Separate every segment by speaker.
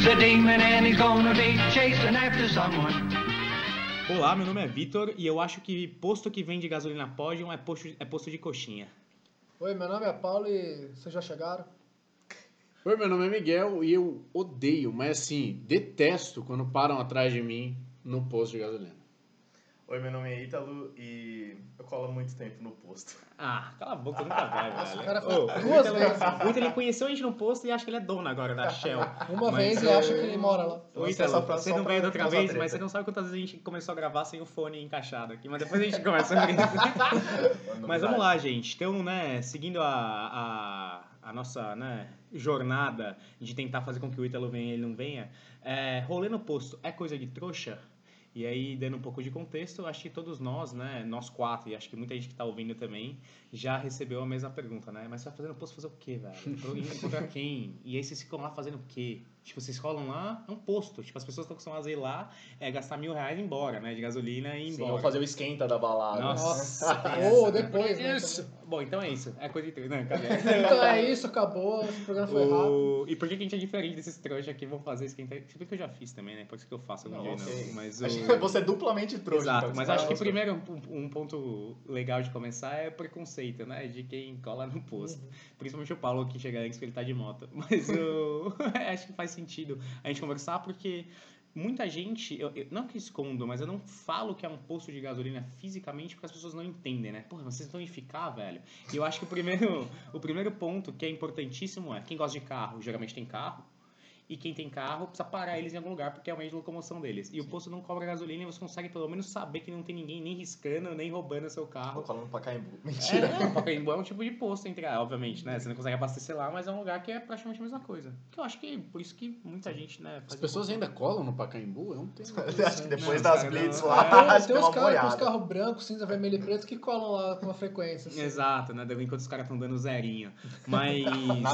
Speaker 1: screaming and he's gonna be chasing after someone.
Speaker 2: Olá, meu nome é Vitor e eu acho que posto que vende gasolina Podium é posto, é posto de coxinha.
Speaker 3: Oi, meu nome é Paulo e vocês já chegaram?
Speaker 4: Oi, meu nome é Miguel e eu odeio, mas assim, detesto quando param atrás de mim no posto de gasolina.
Speaker 5: Oi, meu nome é Ítalo e eu colo há muito tempo no posto.
Speaker 2: Ah, cala a boca, você nunca vai, velho.
Speaker 3: Nossa, o cara foi
Speaker 2: Ô,
Speaker 3: duas
Speaker 2: o Ítalo-
Speaker 3: vezes.
Speaker 2: O Ítalo, ele conheceu a gente no posto e acha que ele é dono agora da Shell.
Speaker 3: Uma
Speaker 2: Ah, Mas, é, tá
Speaker 3: vez e acha que ele mora lá.
Speaker 2: Ô,
Speaker 5: Isso é só
Speaker 2: Ítalo,
Speaker 5: pra-
Speaker 2: você
Speaker 5: só
Speaker 2: não
Speaker 5: pra
Speaker 2: veio da outra
Speaker 5: causar
Speaker 2: vez,
Speaker 5: treta.
Speaker 2: mas você não sabe quantas vezes a gente começou a gravar sem o fone encaixado aqui. Mas depois a gente conversa sobre isso. Mas vamos lá, gente. Então, né, seguindo a, a, a nossa né, jornada de tentar fazer com que o Ítalo venha e ele não venha, é, rolê no posto é coisa de trouxa? E aí, dando um pouco de contexto, eu acho que todos nós, né, nós quatro, e acho que muita gente que tá ouvindo também, já recebeu a mesma pergunta, né? Mas você vai fazer no posto fazer o quê, velho? Pra ir Encontrar quem? E aí vocês ficam lá fazendo o quê? Tipo, vocês colam lá, é um posto. Tipo, as pessoas estão acostumadas a ir lá, é gastar mil reais e ir embora, né? De gasolina e ir
Speaker 5: Sim,
Speaker 2: embora.
Speaker 5: vamos fazer o esquenta da balada.
Speaker 2: Nossa.
Speaker 3: Ou depois, né?
Speaker 2: Isso. Bom, então é isso. É coisa de três. Não, cadê?
Speaker 3: Então é isso, acabou. Esse programa foi rápido.
Speaker 2: O- E por que que a gente é diferente desses trouxas aqui? Vão fazer esquentar. Se bem que eu já fiz também, né? Pode ser que eu faça algum
Speaker 5: Não,
Speaker 2: dia,
Speaker 5: ok.
Speaker 2: não. Mas
Speaker 5: Acho
Speaker 2: o-
Speaker 5: que Você é duplamente trouxa.
Speaker 2: Exato,
Speaker 5: então,
Speaker 2: mas
Speaker 5: você
Speaker 2: acho
Speaker 5: tá
Speaker 2: que
Speaker 5: lascado.
Speaker 2: primeiro um, um ponto legal de começar é o preconceito, né? De quem cola no posto.
Speaker 5: Uhum.
Speaker 2: Principalmente o Paulo que chega antes porque ele tá de moto. Mas eu acho que faz sentido a gente conversar porque muita gente, eu, eu- não que eu escondo, mas eu não falo que é um posto de gasolina fisicamente porque as pessoas não entendem, né? Porra, mas vocês vão ficar, velho. E eu acho que o primeiro, o primeiro ponto que é importantíssimo é quem gosta de carro, geralmente tem carro. E quem tem carro precisa parar eles em algum lugar porque é o meio de locomoção deles. E o posto não cobra gasolina e você consegue pelo menos saber que não tem ninguém nem riscando, nem roubando seu
Speaker 5: Tô
Speaker 2: carro.
Speaker 5: colando pra Caimbu. Mentira.
Speaker 2: É, não, Pacaembu é um tipo de posto, entre, ah, obviamente, né? Você não consegue abastecer lá, mas é um lugar que é praticamente a mesma coisa. Que eu acho que por isso que muita gente, né?
Speaker 4: As pessoas ainda colam no Pacaembu? Eu não tenho.
Speaker 5: Acho que depois
Speaker 2: Não,
Speaker 5: das
Speaker 2: cara,
Speaker 5: blitz
Speaker 2: não.
Speaker 5: lá,
Speaker 3: Tem-
Speaker 5: acho que
Speaker 3: Tem
Speaker 5: é uma
Speaker 3: uns caras com os
Speaker 5: boiada.
Speaker 3: carros brancos, cinza, vermelho e preto que colam lá com uma frequência. assim.
Speaker 2: Exato, né? Daí Enquanto os caras estão dando zerinho.
Speaker 5: Na
Speaker 2: Mas,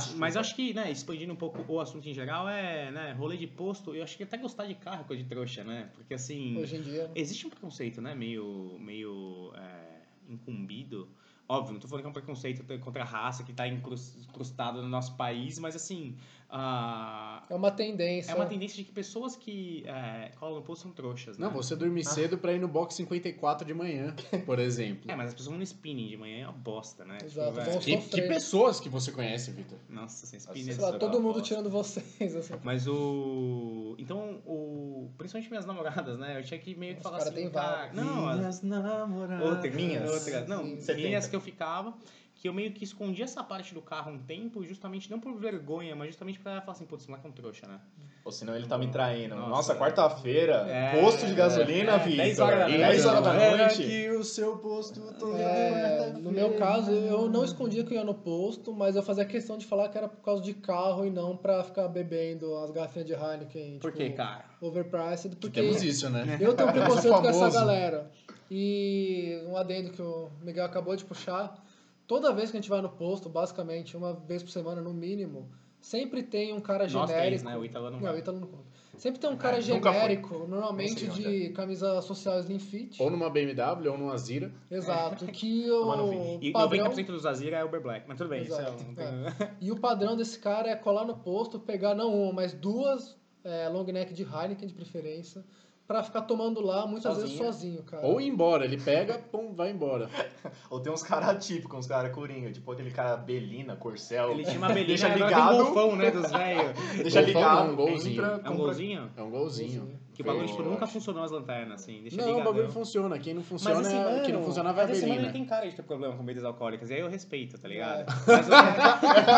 Speaker 5: chuva.
Speaker 2: mas eu acho que, né, expandindo um pouco o assunto em geral, é, né, rolê de posto. Eu acho que até gostar de carro é coisa de trouxa, né? Porque assim.
Speaker 3: Hoje em dia.
Speaker 2: Existe um preconceito, né? Meio, meio é, incumbido. Óbvio, não tô falando que é um preconceito contra a raça que tá encrus- incrustado no nosso país, mas assim. ah,
Speaker 3: É uma tendência.
Speaker 2: é uma tendência de que pessoas que é, colam no posto são trouxas, né?
Speaker 4: Não, você dormir cedo pra ir no box 54 de manhã, por exemplo.
Speaker 2: É, mas as pessoas não spinning de manhã é uma bosta, né?
Speaker 3: Exato,
Speaker 2: velho,
Speaker 3: vamos-
Speaker 4: Que,
Speaker 3: sofrer.
Speaker 4: que pessoas que você conhece, Vitor?
Speaker 2: Nossa, sem spinning.
Speaker 5: Sei
Speaker 3: Sei
Speaker 2: é
Speaker 3: lá,
Speaker 2: só
Speaker 3: todo
Speaker 2: uma
Speaker 3: mundo
Speaker 2: bosta.
Speaker 3: tirando vocês, assim.
Speaker 2: Mas o. Então, o. Principalmente minhas namoradas, né? Eu tinha que meio que
Speaker 3: Os
Speaker 2: falar
Speaker 3: cara
Speaker 2: assim.
Speaker 3: tem
Speaker 2: Cara,
Speaker 3: várias.
Speaker 2: não, as-
Speaker 4: namoradas.
Speaker 2: Outra, minhas. Outra, não,
Speaker 3: Sim.
Speaker 2: minhas
Speaker 5: 70.
Speaker 2: que eu ficava, que eu meio que escondi essa parte do carro um tempo, justamente não por vergonha, mas justamente pra falar assim, pô, esse moleque é um trouxa, né?
Speaker 5: Ou senão ele tá me traindo.
Speaker 2: Nossa.
Speaker 5: Nossa, quarta-feira,
Speaker 2: É.
Speaker 5: posto de gasolina,
Speaker 2: É,
Speaker 5: Vitor.
Speaker 2: 10 horas da noite.
Speaker 5: 10 horas da
Speaker 2: Era
Speaker 5: noite.
Speaker 2: que
Speaker 5: o seu posto todo
Speaker 3: É, no meu caso,
Speaker 4: né?
Speaker 3: eu não escondia que eu ia no posto, mas eu fazia questão de falar que era por causa de carro e não pra ficar bebendo as garrafinhas de Heineken.
Speaker 2: Por
Speaker 3: tipo,
Speaker 2: quê, cara? Tipo, é
Speaker 3: Overpriced, porque
Speaker 4: Temos isso, né?
Speaker 3: eu tenho um
Speaker 4: Temos o
Speaker 3: preconceito com essa
Speaker 4: famoso.
Speaker 3: galera. E um adendo que o Miguel acabou de puxar, toda vez que a gente vai no posto, basicamente, uma vez por semana no mínimo, sempre tem um cara
Speaker 2: Nós três,
Speaker 3: genérico...
Speaker 2: né? O Italo não.
Speaker 3: Não, é o
Speaker 2: vai. É,
Speaker 3: Ítalo não conta. Sempre tem um cara
Speaker 5: nunca foi.
Speaker 3: genérico, normalmente
Speaker 5: Não sei
Speaker 3: de camisa social slim fit.
Speaker 4: Ou numa BMW, ou numa Zira.
Speaker 3: Exato, que
Speaker 5: Tomar no
Speaker 3: o
Speaker 5: fim.
Speaker 2: Tá E
Speaker 3: um padrão
Speaker 2: 90% dos Azira é Uber Black, mas tudo bem, isso é
Speaker 3: Exato,
Speaker 2: um. tem-
Speaker 3: e o padrão desse cara é colar no posto, pegar não uma, mas duas é, long neck de Heineken de preferência, pra ficar tomando lá muitas vezes
Speaker 2: Sozinho.
Speaker 3: sozinho, cara.
Speaker 4: Ou ir embora. Ele pega, pum, vai embora.
Speaker 5: Ou tem uns caras atípicos, uns caras coringa, tipo aquele cara Belina, Corcel.
Speaker 2: Ele tinha uma belinha,
Speaker 5: Deixa
Speaker 2: agora tem
Speaker 5: ligado.
Speaker 2: um golfão, né, dos velhos.
Speaker 5: Deixa
Speaker 4: Golfão
Speaker 5: ligado,
Speaker 4: não, um golzinho.
Speaker 5: entra,
Speaker 2: É
Speaker 5: compra-
Speaker 2: um golzinho?
Speaker 4: É um golzinho.
Speaker 2: Que o bagulho, tipo,
Speaker 5: Eu
Speaker 2: nunca
Speaker 5: acho.
Speaker 2: funcionou as lanternas, assim. Deixa
Speaker 4: Não, o bagulho
Speaker 2: ligadão.
Speaker 4: funciona. Quem não funciona,
Speaker 2: mas assim, mano,
Speaker 4: quem não funciona é né? vai a
Speaker 2: cada semana ele
Speaker 4: Berlina.
Speaker 2: tem cara de ter problema com bebidas alcoólicas, e aí eu respeito, tá ligado?
Speaker 3: É.
Speaker 2: Mas o-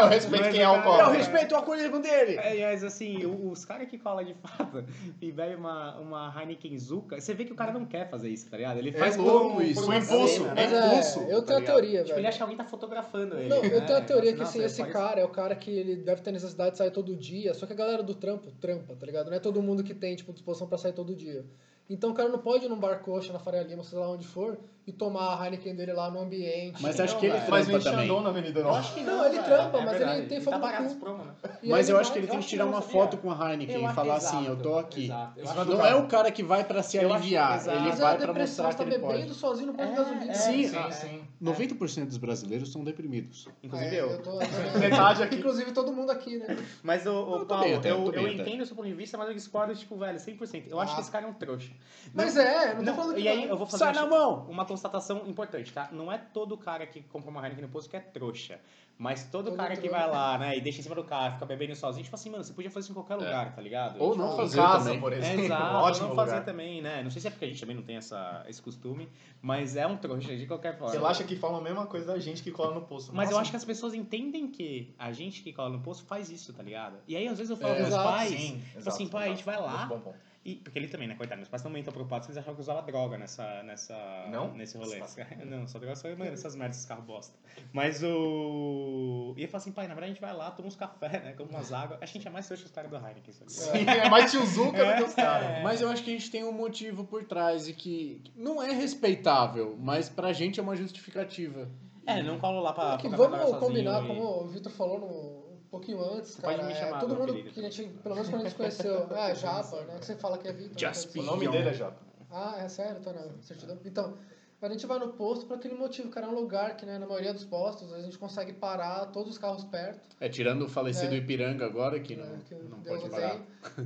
Speaker 5: Eu respeito quem é
Speaker 2: Mas, cara,
Speaker 5: alcoólatra.
Speaker 2: eu respeito
Speaker 4: o alcoolismo dele!
Speaker 2: É, mas assim, o- os caras que colam de fato e bebem uma, uma Heineken Zuka, você vê que o cara não quer fazer isso, tá ligado?
Speaker 5: É
Speaker 2: Ele faz por
Speaker 4: louco
Speaker 2: um- por
Speaker 4: isso,
Speaker 2: uma
Speaker 5: o impulso,
Speaker 2: cena,
Speaker 3: mas
Speaker 2: né?
Speaker 3: é,
Speaker 5: impulso,
Speaker 3: eu tenho a
Speaker 5: tá ligado?
Speaker 3: teoria,
Speaker 2: Tipo, ele
Speaker 3: velho.
Speaker 2: acha que alguém tá fotografando ele.
Speaker 3: Não, eu
Speaker 2: né?
Speaker 3: tenho a teoria
Speaker 2: Nossa,
Speaker 3: que assim,
Speaker 2: nossa,
Speaker 3: esse
Speaker 2: parece-
Speaker 3: cara é o cara que ele deve ter necessidade de sair todo dia, só que a galera do trampo trampa, tá ligado? Não é todo mundo que tem, tipo, disposição pra sair todo dia. Então o cara não pode ir num bar coxa, na Faria Lima, sei lá onde for, e tomar a Heineken dele lá no ambiente.
Speaker 4: Mas acho que ele
Speaker 5: Mas Mas
Speaker 4: trampa
Speaker 5: vem
Speaker 4: também.
Speaker 5: Xandão na Avenida
Speaker 2: Eu
Speaker 5: Norte.
Speaker 2: acho que
Speaker 3: Não, ele trampa, mas
Speaker 2: verdade.
Speaker 3: ele tem fogo
Speaker 2: tá
Speaker 3: no
Speaker 2: pagado
Speaker 3: cu.
Speaker 2: as promo, né?
Speaker 3: E aí
Speaker 4: Mas eu
Speaker 3: ele
Speaker 4: acho que
Speaker 3: vai-
Speaker 4: ele
Speaker 2: eu
Speaker 4: tem
Speaker 2: acho
Speaker 4: que
Speaker 2: que
Speaker 4: tirar
Speaker 2: não,
Speaker 4: uma
Speaker 2: sabia?
Speaker 4: foto com a Heineken
Speaker 2: assim, Eu
Speaker 4: e
Speaker 2: acho-
Speaker 4: falar
Speaker 2: exato,
Speaker 4: assim, eu tô aqui.
Speaker 2: exato. Eu acho que
Speaker 4: Não é o cara que vai pra se
Speaker 2: Eu acho-
Speaker 4: aliviar,
Speaker 2: exato.
Speaker 4: ele
Speaker 3: Mas é
Speaker 4: vai
Speaker 3: a
Speaker 4: pra
Speaker 3: depressão,
Speaker 4: mostrar
Speaker 3: você
Speaker 4: que
Speaker 3: tá
Speaker 4: ele
Speaker 3: bebendo
Speaker 4: pode.
Speaker 3: sozinho no ponto de gasolina.
Speaker 2: é,
Speaker 4: Sim,
Speaker 2: sim,
Speaker 4: ah,
Speaker 2: sim.
Speaker 4: 90% dos brasileiros são deprimidos.
Speaker 2: Inclusive
Speaker 3: É,
Speaker 2: eu.
Speaker 3: eu tô-
Speaker 5: Metade aqui.
Speaker 3: Inclusive todo mundo aqui, né?
Speaker 2: Mas, ô, ô,
Speaker 4: Eu tô
Speaker 2: Paulo,
Speaker 4: bem até, eu
Speaker 2: eu,
Speaker 4: tô bem tá.
Speaker 2: eu
Speaker 4: até.
Speaker 2: entendo o seu ponto de vista, mas eu discordo, tipo, velho, 100%. Eu acho
Speaker 3: Ah.
Speaker 2: que esse cara é um trouxa.
Speaker 3: Mas é, eu não tô
Speaker 2: Não,
Speaker 3: falando que
Speaker 2: e aí
Speaker 3: não.
Speaker 2: eu vou fazer
Speaker 4: Sai
Speaker 2: uma-
Speaker 4: na mão!
Speaker 2: uma constatação importante, tá? Não é todo cara que compra uma Heineken no posto que é trouxa. Mas todo,
Speaker 3: Todo
Speaker 2: cara que
Speaker 3: trouxa.
Speaker 2: vai lá, né, e deixa em cima do carro, fica bebendo sozinho, tipo assim, mano, você podia fazer isso em qualquer lugar, tá ligado?
Speaker 4: É. Ou
Speaker 2: Tipo,
Speaker 4: não
Speaker 3: Em
Speaker 4: fazer
Speaker 5: casa,
Speaker 4: também.
Speaker 5: por
Speaker 2: É,
Speaker 5: exemplo.
Speaker 2: exato,
Speaker 5: Um Ótimo
Speaker 2: não
Speaker 5: lugar.
Speaker 2: fazer também, né? Não sei se é porque a gente também não tem essa, esse costume, mas é um trouxa de qualquer forma.
Speaker 5: Você acha que fala a mesma coisa da gente que cola no posto.
Speaker 2: Mas eu
Speaker 5: Nossa,
Speaker 2: acho que as pessoas entendem que a gente que cola no posto faz isso, tá ligado? E aí, às vezes, eu falo
Speaker 3: É,
Speaker 2: pros
Speaker 3: exato,
Speaker 2: pais,
Speaker 5: sim, exato,
Speaker 2: assim, pai, a gente vai
Speaker 5: exato.
Speaker 2: lá.
Speaker 5: Muito bom ponto.
Speaker 2: E, porque ele também, né, coitado, meus pais também estão preocupados, eles acham que eu usava droga nessa, nessa,
Speaker 5: Não?
Speaker 2: nesse rolê.
Speaker 5: Você
Speaker 2: Não, só droga, só mano, essas merdas, esses carros bosta. Mas o... E eu falo assim, pai, na verdade a gente vai lá, toma uns café, né, toma umas águas. A gente é mais trouxa que os caras do Heineken, isso aqui.
Speaker 5: Sim, é mais tiozuca do que os
Speaker 2: É.
Speaker 5: caras.
Speaker 4: Mas eu acho que a gente tem um motivo por trás e que que não é respeitável, mas pra gente é uma justificativa.
Speaker 2: É, não colo lá pra...
Speaker 3: É que
Speaker 2: pra trabalhar
Speaker 3: vamos
Speaker 2: sozinho
Speaker 3: combinar,
Speaker 2: e-
Speaker 3: como o Vitor falou no- um pouquinho antes,
Speaker 2: Você
Speaker 3: cara.
Speaker 2: pode me
Speaker 3: é,
Speaker 2: chamar
Speaker 3: todo
Speaker 2: pelo
Speaker 3: mundo
Speaker 2: apelido.
Speaker 3: que a gente, pelo menos quando a gente conheceu, é Japa, né? Que você fala que é Vitor. né,
Speaker 4: Jaspi.
Speaker 5: O
Speaker 3: assim.
Speaker 5: nome dele é Jota.
Speaker 3: Ah, é sério, tá na certidão. Então, a gente vai no posto por aquele motivo, cara. É um lugar que, né, na maioria dos postos, a gente consegue parar todos os carros perto.
Speaker 4: É, tirando o falecido
Speaker 3: É.
Speaker 4: Ipiranga agora, que não,
Speaker 3: né, que
Speaker 4: não
Speaker 3: Deus
Speaker 4: pode
Speaker 3: o tenha.
Speaker 4: parar.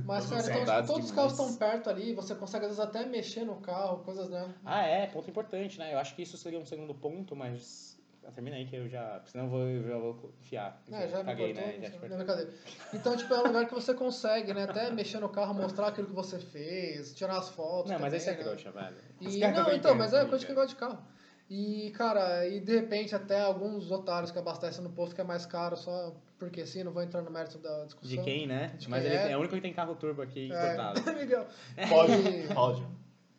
Speaker 3: Mas, cara, então,
Speaker 4: Saudades
Speaker 3: todos os
Speaker 4: demais.
Speaker 3: carros estão perto ali, você consegue às vezes até mexer no carro, coisas, né?
Speaker 2: Ah, é, ponto importante, né? Eu acho que isso seria um segundo ponto, mas... Ah, Termina aí que eu já... Senão eu, vou, eu já vou fiar.
Speaker 3: É, já me
Speaker 2: Caguei, né?
Speaker 3: cortou.
Speaker 2: Já te
Speaker 3: não,
Speaker 2: cortei.
Speaker 3: brincadeira. Então, tipo, é um lugar que você consegue, né? Até mexer no carro, mostrar aquilo que você fez, tirar as fotos.
Speaker 2: Não, mas
Speaker 3: também,
Speaker 2: esse é
Speaker 3: né?
Speaker 2: trouxa, velho. Esse
Speaker 3: E,
Speaker 2: cara
Speaker 3: não,
Speaker 2: tá
Speaker 3: então,
Speaker 2: brincando
Speaker 3: mas é
Speaker 2: comigo,
Speaker 3: coisa de quem gosta de carro. E, cara, e de repente até alguns otários que abastecem no posto que é mais caro só porque sim, não vou entrar no mérito da discussão.
Speaker 2: De quem, né?
Speaker 3: De
Speaker 2: Mas
Speaker 3: quem
Speaker 2: ele
Speaker 3: é.
Speaker 2: é o único que tem carro turbo aqui importado.
Speaker 3: É, Miguel.
Speaker 5: Pódio. Pódio.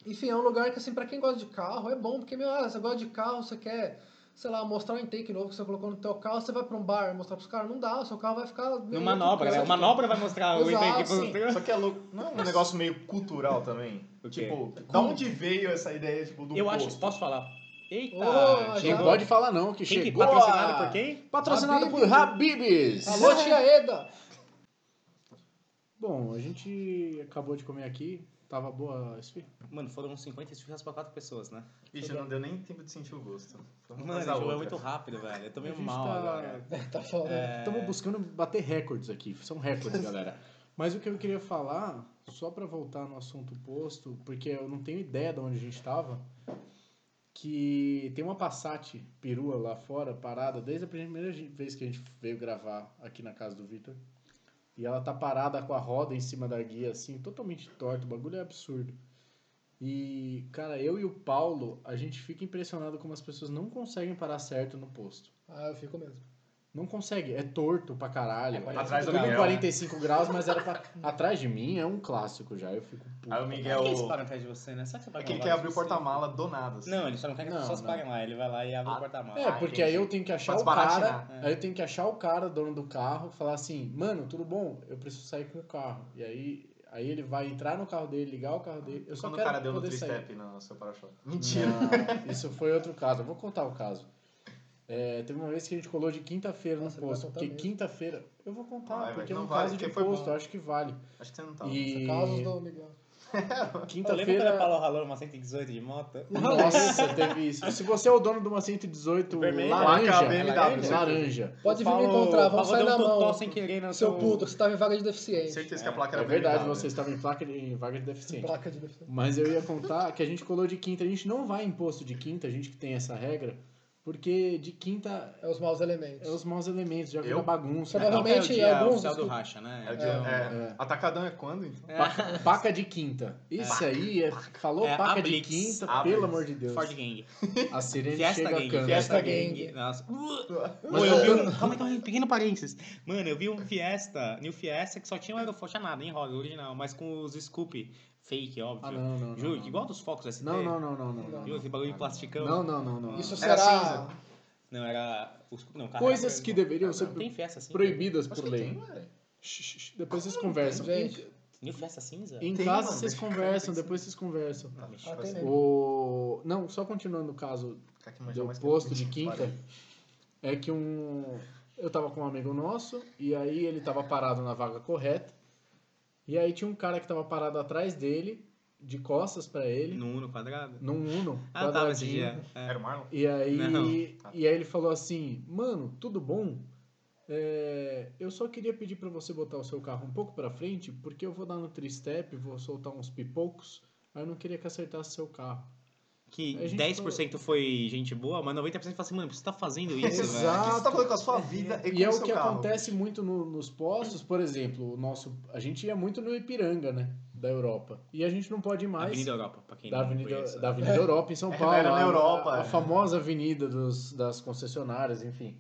Speaker 3: Enfim, é um lugar que, assim, pra quem gosta de carro, é bom, porque, meu, ah, você gosta de carro, você quer, sei lá, mostrar um intake novo que você colocou no teu carro, você vai pra um bar mostrar pros caras, não dá, o seu carro vai ficar...
Speaker 2: No manobra, né? O manobra vai mostrar o
Speaker 3: Exato,
Speaker 2: item que
Speaker 3: sim.
Speaker 2: construiu.
Speaker 5: Só que é louco. Não é um negócio meio cultural também?
Speaker 2: O quê?
Speaker 5: Tipo, da onde veio essa ideia tipo, do
Speaker 2: Eu
Speaker 5: posto?
Speaker 2: acho que posso falar. Eita!
Speaker 3: Ô,
Speaker 4: Não
Speaker 3: já.
Speaker 2: chegou.
Speaker 4: pode falar não, que
Speaker 2: Quem que
Speaker 4: chegou
Speaker 2: patrocinado
Speaker 4: a-
Speaker 2: por quem?
Speaker 4: Patrocinado por Habibs!
Speaker 3: Alô, tia Eda!
Speaker 4: Bom, a gente acabou de comer aqui, tava boa a esfirra.
Speaker 2: Mano, foram uns 50 esfirras pra quatro pessoas, né?
Speaker 5: Vixe, não deu nem tempo de sentir o gosto. Foi uma
Speaker 2: Mano, o
Speaker 5: coisa
Speaker 2: jogo é
Speaker 5: outra.
Speaker 2: muito rápido, velho. Eu tô
Speaker 4: A
Speaker 2: meio
Speaker 4: gente
Speaker 2: mal
Speaker 4: tá-
Speaker 5: É
Speaker 2: agora.
Speaker 3: Tá foda.
Speaker 4: Estamos buscando bater recordes aqui. São recordes, galera. Mas o que eu queria falar, só para voltar no assunto posto, porque eu não tenho ideia de onde a gente estava, que tem uma Passat perua lá fora, parada, desde a primeira ge- vez que a gente veio gravar aqui na casa do Victor. E ela tá parada com a roda em cima da guia, assim, totalmente torta. O bagulho é absurdo. E, cara, eu e o Paulo, a gente fica impressionado como as pessoas não conseguem parar certo no posto.
Speaker 3: Ah, eu fico mesmo.
Speaker 4: Não consegue, é torto pra caralho.
Speaker 2: É,
Speaker 5: tá atrás do
Speaker 4: Tudo
Speaker 5: Miguel,
Speaker 4: 45 graus, mas era pra... atrás de mim é um clássico já, eu fico puto.
Speaker 5: Aí o
Speaker 2: É
Speaker 5: Miguel.
Speaker 2: o... Eles param atrás de você, né? Será que você vai
Speaker 5: Aquele que
Speaker 2: gravar
Speaker 5: abriu o
Speaker 2: você?
Speaker 5: porta-mala do nada. assim.
Speaker 2: Não, eles só não querem que as
Speaker 4: Não,
Speaker 2: pessoas
Speaker 4: não.
Speaker 2: parem lá. Ele vai lá e abre
Speaker 5: Ah,
Speaker 2: o porta-mala.
Speaker 4: É,
Speaker 5: Ah,
Speaker 4: porque
Speaker 5: entendi.
Speaker 4: aí eu tenho que achar
Speaker 5: Pra
Speaker 4: o cara,
Speaker 5: desbaratinar.
Speaker 2: É.
Speaker 4: aí eu tenho que achar o cara, dono do carro, falar assim, mano, tudo bom? Eu preciso sair com o carro. E aí, aí ele vai entrar no carro dele, ligar o carro dele. Eu só
Speaker 5: Quando o
Speaker 4: quero
Speaker 5: cara deu no
Speaker 4: poder sair.
Speaker 5: tristep no seu para-choque. Mentira.
Speaker 4: Não, isso foi outro caso. Eu vou contar o caso. É, teve uma vez que a gente colou de quinta-feira no
Speaker 3: Nossa, ele vai
Speaker 4: posto.
Speaker 3: contar
Speaker 4: Porque
Speaker 3: mesmo.
Speaker 4: quinta-feira. Eu vou contar,
Speaker 5: Vai, vai,
Speaker 4: porque é
Speaker 5: não
Speaker 4: um
Speaker 5: vale,
Speaker 4: caso de
Speaker 5: porque foi
Speaker 4: posto,
Speaker 5: bom.
Speaker 4: eu acho que vale.
Speaker 5: Acho que você não tá. tava.
Speaker 4: e
Speaker 3: Casos do Miguel.
Speaker 2: Eu lembro quando
Speaker 4: quinta-feira.
Speaker 2: a Paula ralou uma 118 de moto.
Speaker 4: Nossa, teve isso. Se você é o dono de uma 118
Speaker 2: Vermelho.
Speaker 4: laranja,
Speaker 5: Marca a BMW, né?
Speaker 4: laranja,
Speaker 5: certeza.
Speaker 4: laranja,
Speaker 3: Pode
Speaker 2: O
Speaker 3: vir me
Speaker 2: Paulo-
Speaker 3: encontrar,
Speaker 2: o Paulo
Speaker 3: vamos sair
Speaker 2: deu
Speaker 3: na
Speaker 2: um totó
Speaker 3: mão.
Speaker 2: sem querer, né?
Speaker 3: Seu
Speaker 2: no-
Speaker 3: puto, você tava em vaga de deficiente.
Speaker 5: Certeza que a placa era
Speaker 4: é verdade,
Speaker 5: BMW.
Speaker 4: você estava em placa de- em vaga de deficiente.
Speaker 3: Placa de deficiente.
Speaker 4: Mas eu ia contar que a gente colou de quinta. A gente não vai em posto de quinta, a gente que tem essa regra, porque de quinta
Speaker 3: É os maus elementos.
Speaker 4: é os maus elementos, já
Speaker 5: Eu?
Speaker 4: vira bagunça.
Speaker 2: Quinta é o
Speaker 3: Provavelmente
Speaker 2: dia
Speaker 3: alguns
Speaker 2: oficial do
Speaker 3: dos-
Speaker 2: racha, né?
Speaker 5: É o
Speaker 2: Então,
Speaker 5: dia- é.
Speaker 4: É.
Speaker 5: Atacadão é quando, então?
Speaker 4: Paca, paca de quinta. Isso aí, é, falou
Speaker 2: É,
Speaker 4: paca
Speaker 2: a
Speaker 4: de
Speaker 2: Blitz.
Speaker 4: quinta,
Speaker 5: A
Speaker 4: pelo
Speaker 5: Blitz.
Speaker 4: amor de Deus.
Speaker 2: Ford Gang.
Speaker 4: A sirene
Speaker 2: Fiesta
Speaker 4: chega a
Speaker 2: Gang.
Speaker 4: cana.
Speaker 3: Fiesta
Speaker 2: Fiesta
Speaker 3: Gang.
Speaker 2: Gang. Nossa.
Speaker 4: Mas
Speaker 2: Pô, eu vi
Speaker 4: voltando-
Speaker 2: um... Calma aí, calma aí, pequeno parênteses. Mano, eu vi um Fiesta, New Fiesta, que só tinha um aerofólio, tinha nada, hein, Roger, original, mas com os scoop fake, óbvio.
Speaker 4: Ah, não, não, não.
Speaker 2: Juro,
Speaker 4: não.
Speaker 2: igual dos Focus ST.
Speaker 4: Não, não, não, não, não. não.
Speaker 2: Viu esse bagulho de plasticão?
Speaker 4: Não, não, não, não.
Speaker 3: Isso
Speaker 5: Era
Speaker 3: será...
Speaker 2: Não, era... Os... Não, cara,
Speaker 4: Coisas
Speaker 2: era-
Speaker 4: que deveriam
Speaker 2: Não,
Speaker 4: ser
Speaker 2: Tem festa, assim.
Speaker 4: proibidas
Speaker 5: Acho
Speaker 4: por
Speaker 5: que
Speaker 4: lei.
Speaker 5: tem, velho.
Speaker 4: Shh, shh, shh, Depois vocês conversam.
Speaker 3: Gente.
Speaker 2: New Festa Cinza?
Speaker 4: Em
Speaker 5: Tem,
Speaker 4: casa
Speaker 5: mano,
Speaker 4: vocês
Speaker 5: deixa eu
Speaker 4: conversam,
Speaker 5: pensar.
Speaker 4: depois vocês conversam.
Speaker 5: Não,
Speaker 3: Ah, tem mesmo.
Speaker 4: O... Não, só continuando o caso
Speaker 5: Cara, que manja
Speaker 4: do
Speaker 5: é mais né? que
Speaker 4: posto
Speaker 5: eu.
Speaker 4: de quinta, é que um... Eu tava com um amigo nosso, e aí ele tava parado na vaga correta, e aí tinha um cara que tava parado atrás dele, de costas pra ele,
Speaker 2: No Uno quadrado?
Speaker 4: num Uno,
Speaker 2: Ah, tava esse
Speaker 4: quadradinho,
Speaker 2: dia. É.
Speaker 5: Era o Marlon?
Speaker 4: E aí,
Speaker 2: Não.
Speaker 4: e aí ele falou assim, mano, tudo bom? É, eu só queria pedir pra você botar o seu carro um pouco pra frente, porque eu vou dar no tristep, vou soltar uns pipocos, aí eu não queria que acertasse seu carro.
Speaker 2: Que
Speaker 4: A gente
Speaker 2: 10% foi gente boa, mas 90% fala assim, mano, por que você tá fazendo isso, velho?
Speaker 4: Exato.
Speaker 5: O que você tá falando com a sua vida e com
Speaker 4: E é
Speaker 5: o
Speaker 4: o
Speaker 5: seu
Speaker 4: que
Speaker 5: carro?
Speaker 4: acontece muito no- nos postos, por exemplo, o nosso, a gente ia muito no Ipiranga, né, da Europa, e a gente não pode ir mais
Speaker 2: Avenida Europa, pra quem
Speaker 4: da
Speaker 2: não
Speaker 4: Avenida,
Speaker 2: conhece.
Speaker 4: da Avenida Europa em São
Speaker 5: É,
Speaker 4: Paulo,
Speaker 5: era na
Speaker 4: a-
Speaker 5: Europa,
Speaker 4: a,
Speaker 5: é.
Speaker 4: famosa avenida dos, das concessionárias, enfim.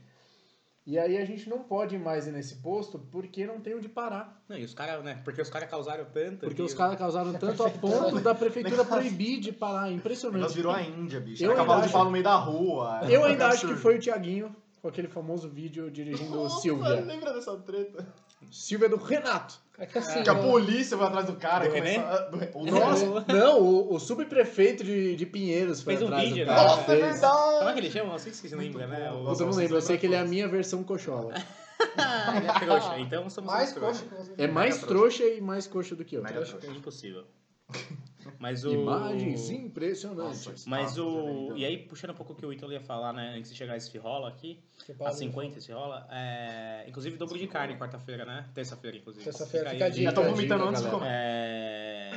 Speaker 4: E aí a gente não pode mais ir nesse posto porque não tem onde parar.
Speaker 2: Não, e os caras, né? Porque os caras causaram tanto.
Speaker 4: Porque
Speaker 2: que
Speaker 4: os caras causaram tanto a ponto da prefeitura proibir de parar.
Speaker 5: O negócio
Speaker 4: Impressionante.
Speaker 5: virou a Índia, bicho.
Speaker 4: Eu
Speaker 5: Era cavalo
Speaker 4: ainda
Speaker 5: de pau no meio da rua.
Speaker 4: Eu ainda acho que foi o Tiaguinho com aquele famoso vídeo dirigindo o Silvia.
Speaker 5: Lembra dessa treta?
Speaker 4: Silvia do Renato.
Speaker 3: É que assim,
Speaker 5: Que a
Speaker 3: eu-
Speaker 5: polícia foi atrás do cara.
Speaker 2: Do
Speaker 5: e começou a- do- o
Speaker 2: É.
Speaker 4: Nossa,
Speaker 5: Nossa,
Speaker 4: não, o, o subprefeito de, de Pinheiros foi
Speaker 2: Fez um
Speaker 4: atrás
Speaker 2: vídeo,
Speaker 4: do
Speaker 2: né?
Speaker 4: cara.
Speaker 5: Nossa, é
Speaker 4: fez.
Speaker 2: Como é
Speaker 5: verdade.
Speaker 2: que ele chama? Eu sei se você lembra,
Speaker 5: Muito
Speaker 2: né? O-
Speaker 4: Puta,
Speaker 5: bom.
Speaker 4: Eu não
Speaker 5: Nossa,
Speaker 4: lembro, eu
Speaker 5: vocês
Speaker 4: sei que ele é a
Speaker 5: lembram
Speaker 4: minha versão coxola.
Speaker 2: Ah, ele é trouxa, então somos
Speaker 3: mais
Speaker 2: uns
Speaker 3: coxa
Speaker 2: trouxa. é
Speaker 3: que você
Speaker 4: É mais
Speaker 5: Mega
Speaker 4: trouxa e mais coxa do que eu.
Speaker 5: Mega
Speaker 4: Trouxa.
Speaker 5: trouxa.
Speaker 2: Impossível. Mas o...
Speaker 4: Imagens né, impressionantes.
Speaker 5: Nossa, é
Speaker 2: Mas
Speaker 5: status, eu lembro.
Speaker 2: o... E aí, puxando um pouco o que o Ítalo ia falar, né? Antes de chegar esse rola aqui,
Speaker 3: que
Speaker 2: a
Speaker 3: pode-
Speaker 4: assim,
Speaker 2: 50 esse rola, é... inclusive dobro de carne quarta-feira, né? Terça-feira, inclusive.
Speaker 3: Terça-feira,
Speaker 2: aí.
Speaker 3: fica a dica.
Speaker 5: Já tô
Speaker 4: Dica,
Speaker 5: vomitando
Speaker 4: dica,
Speaker 5: antes de
Speaker 4: galera.
Speaker 5: comer.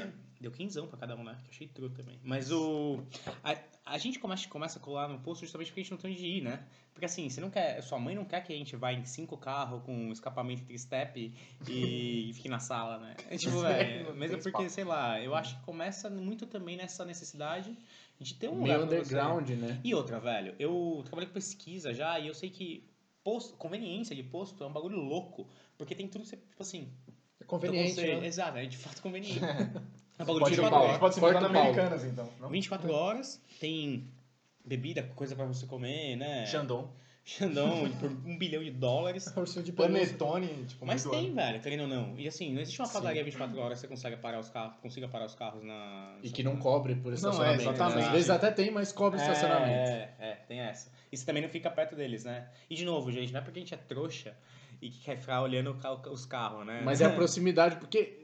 Speaker 2: É... Deu quinzão pra cada um, né? Que eu achei true também. Mas o. A, a gente começa, começa a colar no posto justamente porque a gente não tem onde ir, né? Porque assim, você não quer. Sua mãe não quer que a gente vá em cinco carros com escapamento tristep e, fique na sala, né? É, tipo, é,
Speaker 5: Não
Speaker 2: mesmo
Speaker 5: tem
Speaker 2: porque,
Speaker 5: espaço.
Speaker 2: sei lá, eu acho que começa muito também nessa necessidade de ter um lugar
Speaker 4: Meio
Speaker 2: pra você.
Speaker 4: underground, né?
Speaker 2: E outra, velho, eu trabalhei com pesquisa já e eu sei que posto, conveniência de posto é um bagulho louco. Porque tem tudo, que você- tipo assim,
Speaker 3: É conveniente,
Speaker 2: então você-
Speaker 3: né?
Speaker 2: Exato, é de fato conveniente. É um bagulho
Speaker 5: Pode
Speaker 2: de
Speaker 5: ser
Speaker 2: 24
Speaker 5: Paulo.
Speaker 2: horas.
Speaker 5: Pode se mudar
Speaker 4: Corta
Speaker 5: na
Speaker 4: o Paulo.
Speaker 5: Americanas, então. não?
Speaker 2: 24 horas, tem bebida, coisa pra você comer, né?
Speaker 5: Xandão.
Speaker 2: Xandão por um bilhão de dólares.
Speaker 3: Ursinho de pelúcia.
Speaker 5: Panetone,
Speaker 4: Um
Speaker 5: tipo,
Speaker 2: Mas
Speaker 5: muito
Speaker 2: tem, velho, querendo ou não. E assim, não existe uma padaria 24 horas que você consegue parar os carros, consiga parar os carros na.
Speaker 4: E que não cobre por estacionamento. né?
Speaker 5: exatamente.
Speaker 4: Às vezes até tem, mas cobre estacionamento.
Speaker 2: É, é, tem essa. E você também não fica perto deles, né? E de novo, gente, não é porque a gente é trouxa e que quer ficar olhando o ca- os carros, né?
Speaker 4: Mas é a proximidade, porque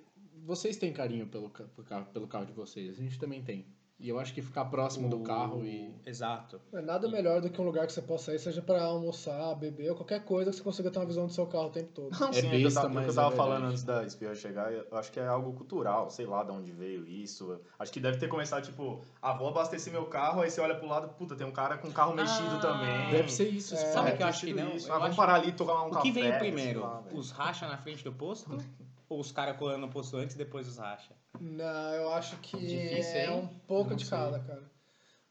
Speaker 4: vocês têm carinho pelo, ca- pelo carro, pelo carro de vocês. A gente também tem. E eu acho que ficar próximo do carro e.
Speaker 2: Exato.
Speaker 3: Não é Nada melhor do que um lugar que você possa ir, seja pra almoçar, beber, ou qualquer coisa que você consiga ter uma visão do seu carro o tempo todo.
Speaker 5: Não,
Speaker 4: É
Speaker 5: sim, é que eu
Speaker 4: besta,
Speaker 5: tava, é que
Speaker 4: mas
Speaker 5: eu
Speaker 4: é
Speaker 5: tava
Speaker 4: verdade.
Speaker 5: falando antes da Espirra chegar, eu acho que é algo cultural, sei lá de onde veio isso. Acho que deve ter começado, tipo, ah, vou abastecer meu carro, aí você olha pro lado, puta, tem um cara com carro mexido
Speaker 2: Ah,
Speaker 5: também.
Speaker 4: Deve ser isso.
Speaker 3: É.
Speaker 2: Sabe o
Speaker 5: Deve
Speaker 2: que eu
Speaker 5: ter
Speaker 2: acho que
Speaker 5: sido
Speaker 2: não?
Speaker 5: isso.
Speaker 2: Eu
Speaker 5: Ah, vamos
Speaker 2: acho-
Speaker 5: parar ali e tomar um
Speaker 2: O
Speaker 5: café.
Speaker 2: que veio
Speaker 5: sei
Speaker 2: primeiro?
Speaker 5: lá, velho.
Speaker 2: os racha na frente do posto? ou os caras colando no posto antes e depois os racha?
Speaker 3: Não, eu acho que
Speaker 2: Difícil,
Speaker 3: é
Speaker 2: hein?
Speaker 3: um pouco
Speaker 4: Não
Speaker 3: de
Speaker 4: sei.
Speaker 3: cada, cara.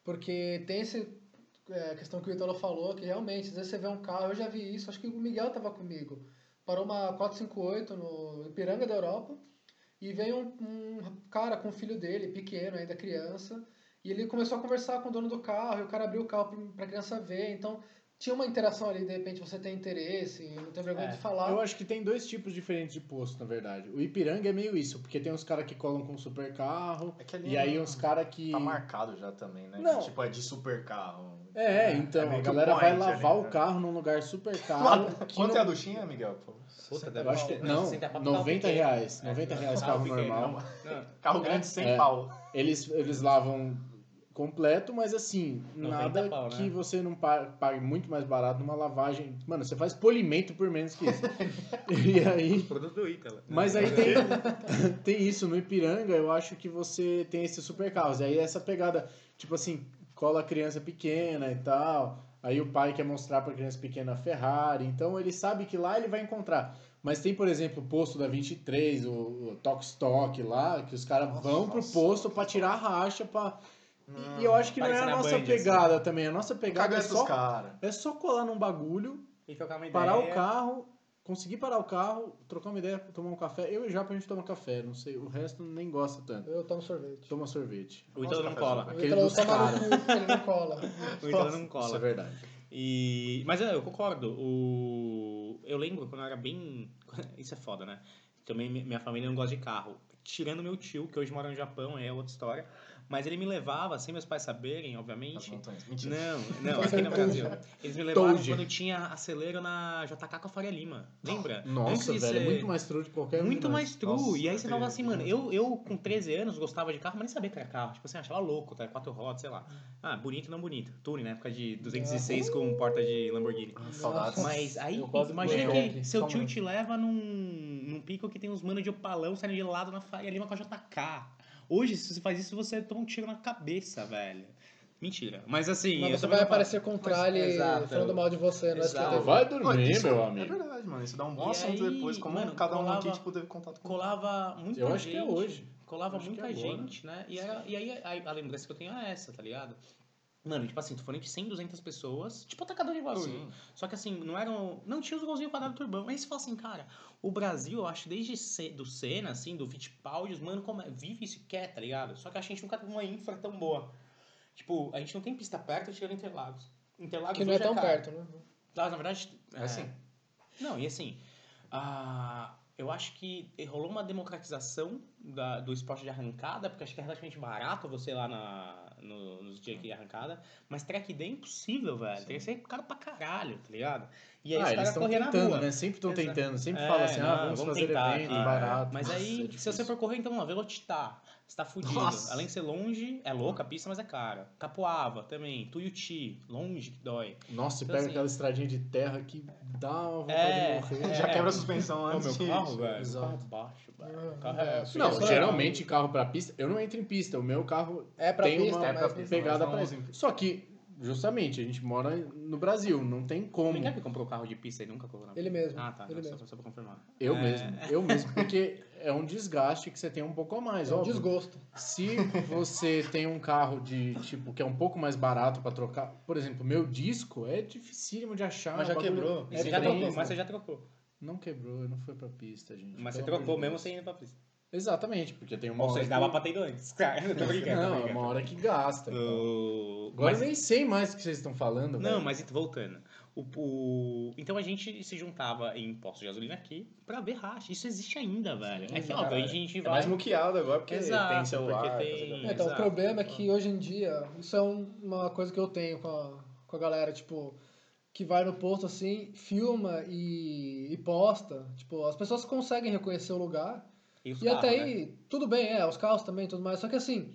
Speaker 3: Porque tem essa questão que o Italo falou, que realmente, às vezes você vê um carro, eu já vi isso, acho que o Miguel tava comigo. Parou uma 458 no Ipiranga da Europa e veio um, um cara com o filho dele, pequeno ainda, criança, e ele começou a conversar com o dono do carro, e o cara abriu o carro pra- pra criança ver, então tinha uma interação ali, de repente você tem interesse, e não tem vergonha
Speaker 2: É,
Speaker 3: de falar.
Speaker 4: Eu acho que tem dois tipos diferentes de posto, na verdade. O Ipiranga é meio isso, porque tem uns caras que colam com um super carro,
Speaker 5: É que ali
Speaker 4: e
Speaker 5: é-
Speaker 4: aí uns caras que.
Speaker 5: Tá marcado já também, né?
Speaker 4: Não.
Speaker 5: Tipo, é de super carro.
Speaker 4: É, então,
Speaker 5: meio
Speaker 4: a
Speaker 5: que um
Speaker 4: galera vai
Speaker 5: point ali,
Speaker 4: lavar
Speaker 5: né?
Speaker 4: o carro num lugar super caro.
Speaker 5: Quanto-
Speaker 4: Ah, que
Speaker 5: Quanto
Speaker 4: não-
Speaker 5: é a duchinha, Miguel? Pô,
Speaker 2: Puta,
Speaker 4: Eu acho que,
Speaker 5: um
Speaker 4: não, 90 né? reais.
Speaker 5: É,
Speaker 4: 90 reais carro normal.
Speaker 5: Carro grande sem
Speaker 4: É.
Speaker 5: pau.
Speaker 4: Eles, eles lavam completo, mas assim,
Speaker 2: 90
Speaker 4: nada
Speaker 2: pau, né?
Speaker 4: que você não pa- pague muito mais barato numa lavagem. Mano, você faz polimento por menos que isso. e aí.
Speaker 2: Produto do Ítalo. né?
Speaker 4: Mas aí tem, tem isso, no Ipiranga eu acho que você tem esses super carros. E aí essa pegada, tipo assim, cola a criança pequena e tal. Aí o pai quer mostrar pra criança pequena a Ferrari. Então ele sabe que lá ele vai encontrar. Mas tem, por exemplo, o posto da 23, o, o Tok Stock lá, que os caras
Speaker 5: Nossa,
Speaker 4: vão pro
Speaker 5: nossa.
Speaker 4: posto pra tirar a racha. Pra... E eu acho que não é
Speaker 2: Parece
Speaker 4: a
Speaker 2: na
Speaker 4: nossa
Speaker 2: Band, assim.
Speaker 4: pegada também. A nossa pegada é
Speaker 5: Cagando os
Speaker 4: só,
Speaker 5: caras.
Speaker 4: é só colar num bagulho
Speaker 2: E trocar uma ideia.
Speaker 4: parar o carro, conseguir parar o carro, trocar uma ideia, tomar um café. Eu e o Japa a gente toma café, não sei, o resto nem gosta tanto.
Speaker 3: Eu tomo sorvete.
Speaker 4: Toma sorvete.
Speaker 2: O Ítalo não cola.
Speaker 4: Aquele
Speaker 3: Então,
Speaker 4: dos
Speaker 3: toma no
Speaker 4: caras.
Speaker 3: cu, ele não cola.
Speaker 2: O Ítalo então não
Speaker 4: Isso é
Speaker 2: cola.
Speaker 4: verdade.
Speaker 2: E... Mas é, eu concordo. O... Eu lembro quando eu era bem. Isso é foda, né? Também mi- minha família não gosta de carro. Tirando meu tio, que hoje mora no Japão, aí é outra história. Mas ele me levava, sem meus pais saberem,
Speaker 5: Nas
Speaker 2: obviamente.
Speaker 5: montanhas. então é Mentira.
Speaker 4: Né?
Speaker 2: Não, não, aqui no Brasil. Eles me levaram
Speaker 4: Touge.
Speaker 2: quando tinha acelero na JK com a Faria Lima. Lembra?
Speaker 4: Nossa,
Speaker 2: de
Speaker 4: velho, é
Speaker 2: ser-
Speaker 4: muito mais true de qualquer um de
Speaker 2: Muito
Speaker 4: nós.
Speaker 2: mais true.
Speaker 5: Nossa,
Speaker 2: e aí você
Speaker 5: eu
Speaker 2: falava
Speaker 5: tenho-
Speaker 2: assim, mano, eu, eu com 13 anos gostava de carro, mas nem sabia que era carro. Tipo assim, achava louco, tá? Quatro rodas, sei lá. Ah, bonito, não bonito. Tune, na época de 216 com porta de Lamborghini.
Speaker 5: Ah, Saudades.
Speaker 2: Mas aí,
Speaker 4: eu quase
Speaker 2: imagina
Speaker 4: morri
Speaker 2: que
Speaker 4: ontem,
Speaker 2: seu
Speaker 4: só
Speaker 2: tio
Speaker 4: um
Speaker 2: te leva num, num pico que tem uns manos de opalão saindo de lado na Faria Lima com a JK. Hoje, se você faz isso, você toma um tiro na cabeça, velho. Mentira. Mas assim,
Speaker 3: Mas
Speaker 2: eu
Speaker 3: você
Speaker 2: também não
Speaker 3: vai
Speaker 2: falo-
Speaker 3: aparecer com o Tralli
Speaker 2: Mas- exato.
Speaker 3: falando mal de você no
Speaker 2: Exato.
Speaker 3: SPTV.
Speaker 4: Vai
Speaker 5: Mano,
Speaker 4: dormir,
Speaker 5: isso
Speaker 4: meu
Speaker 5: É
Speaker 4: amigo.
Speaker 5: verdade, mano. Isso dá um bom
Speaker 2: E
Speaker 5: assunto
Speaker 2: aí,
Speaker 5: depois. Como
Speaker 2: mano,
Speaker 5: cada um aqui,
Speaker 2: colava-
Speaker 5: tipo, teve contato com
Speaker 2: Colava muita
Speaker 4: Eu
Speaker 2: gente.
Speaker 4: acho que é hoje.
Speaker 2: colava
Speaker 4: Acho que é
Speaker 2: muita
Speaker 4: agora.
Speaker 2: gente, né? E, era- e aí a, a lembrança que eu tenho é essa, tá ligado? Mano, tipo assim, tu falando de 100, 200 pessoas, tipo atacador de barulho.
Speaker 5: Sim.
Speaker 2: Só que assim, não eram. Não tinha os golzinhos quadrados do turbão. Aí você fala assim, cara, o Brasil, eu acho, desde ce- do Senna, assim, do Fittipaldi, os mano, como é- vive isso e quer, tá ligado? Só que a gente nunca teve uma infra tão boa. Tipo, a gente não tem pista perto tirando Interlagos. Interlagos
Speaker 3: Que não é
Speaker 2: hoje
Speaker 3: tão
Speaker 2: caro.
Speaker 3: perto, né?
Speaker 2: Tá, na verdade, é
Speaker 5: É.
Speaker 2: assim. Não, e assim, ah, eu acho que rolou uma democratização da- do esporte de arrancada, porque acho que é relativamente barato você ir lá na, no- nos dias que é arrancada, mas track day é impossível, velho. Tem que ser caro pra caralho, tá ligado? E aí
Speaker 4: ah,
Speaker 2: os
Speaker 4: eles
Speaker 2: caras
Speaker 4: estão
Speaker 2: correr na
Speaker 4: tentando,
Speaker 2: rua.
Speaker 4: né? Sempre estão
Speaker 2: Exato.
Speaker 4: tentando. Sempre
Speaker 2: É,
Speaker 4: falam assim, ah,
Speaker 2: não,
Speaker 4: vamos,
Speaker 2: vamos
Speaker 4: fazer
Speaker 2: tentar
Speaker 4: evento
Speaker 2: aqui,
Speaker 4: barato.
Speaker 2: Mas
Speaker 4: Nossa,
Speaker 2: aí,
Speaker 4: é
Speaker 2: se você
Speaker 4: difícil.
Speaker 2: for correr, então, uma velotitar, você tá fudido.
Speaker 5: Nossa.
Speaker 2: Além de ser longe, é louca, a
Speaker 4: Hum.
Speaker 2: pista, mas é cara. Capoava também, Tuiuti, longe que dói.
Speaker 4: Nossa, e
Speaker 2: Então,
Speaker 4: pega
Speaker 2: assim-
Speaker 4: aquela estradinha de terra que dá uma vontade
Speaker 2: É.
Speaker 4: de morrer.
Speaker 5: Já
Speaker 2: É.
Speaker 5: quebra a suspensão
Speaker 2: É o
Speaker 5: antes.
Speaker 2: meu
Speaker 5: de-
Speaker 2: carro, velho.
Speaker 4: Exato.
Speaker 2: Carro baixo, velho.
Speaker 3: Ah,
Speaker 2: Carro é-
Speaker 4: Não,
Speaker 3: Isso é-
Speaker 4: geralmente carro pra pista, eu não entro em pista, o meu carro
Speaker 3: É pra
Speaker 4: Tem
Speaker 3: pista,
Speaker 4: uma-
Speaker 5: É pra
Speaker 3: mas-
Speaker 5: pista.
Speaker 4: pegada
Speaker 5: não
Speaker 4: pra
Speaker 5: usem
Speaker 4: isso. Só que, justamente, a gente mora no Brasil, não tem como.
Speaker 2: Ninguém que comprou carro de pista e nunca colocou na
Speaker 3: Ele mesmo.
Speaker 2: Ah, tá.
Speaker 3: Ele
Speaker 2: não, só,
Speaker 3: mesmo.
Speaker 2: só pra confirmar.
Speaker 4: Eu
Speaker 2: É.
Speaker 4: mesmo, eu mesmo, porque é um desgaste que você tem um pouco a mais,
Speaker 3: É um
Speaker 4: óbvio.
Speaker 3: desgosto.
Speaker 4: Se você tem um carro de tipo que é um pouco mais barato pra trocar, por exemplo, meu disco é dificílimo de achar.
Speaker 3: Mas já
Speaker 4: o bagulho-
Speaker 3: quebrou.
Speaker 4: É
Speaker 2: Mas você já
Speaker 4: bem-
Speaker 2: trocou, mas você já trocou.
Speaker 4: Não quebrou, eu não fui pra pista, gente.
Speaker 2: Mas você
Speaker 4: pelo amor de
Speaker 2: trocou
Speaker 4: Deus.
Speaker 2: mesmo sem ir pra pista.
Speaker 4: Exatamente, porque tem uma
Speaker 2: Ou
Speaker 4: hora.
Speaker 2: seja,
Speaker 4: que-
Speaker 2: dava pra ter ido antes. Cara, eu tô brincando. tô
Speaker 4: não, é
Speaker 2: brincando.
Speaker 4: uma hora que gasta. então.
Speaker 2: O-
Speaker 4: Agora
Speaker 2: mas-
Speaker 4: eu nem sei mais o que vocês estão falando.
Speaker 2: Não,
Speaker 4: velho.
Speaker 2: mas ent- voltando. O, o- Então a gente se juntava em postos de gasolina aqui pra ver racha. Isso existe ainda, velho. É que,
Speaker 4: Sim,
Speaker 2: óbvio, a
Speaker 5: caralho.
Speaker 2: gente
Speaker 5: É
Speaker 2: vai.
Speaker 5: mais muqueado agora, porque
Speaker 2: Exato,
Speaker 5: tem celular.
Speaker 2: porque tem-
Speaker 5: coisa da-
Speaker 2: É,
Speaker 3: Então,
Speaker 2: exato.
Speaker 3: o problema é que hoje em dia, isso é um- uma coisa que eu tenho com a, com a galera, tipo, que vai no posto assim, filma e, e posta. Tipo, as pessoas conseguem reconhecer o lugar.
Speaker 2: E, os
Speaker 3: E
Speaker 2: carros,
Speaker 3: até
Speaker 2: né?
Speaker 3: aí, tudo bem, é, os carros também e tudo mais. Só que assim,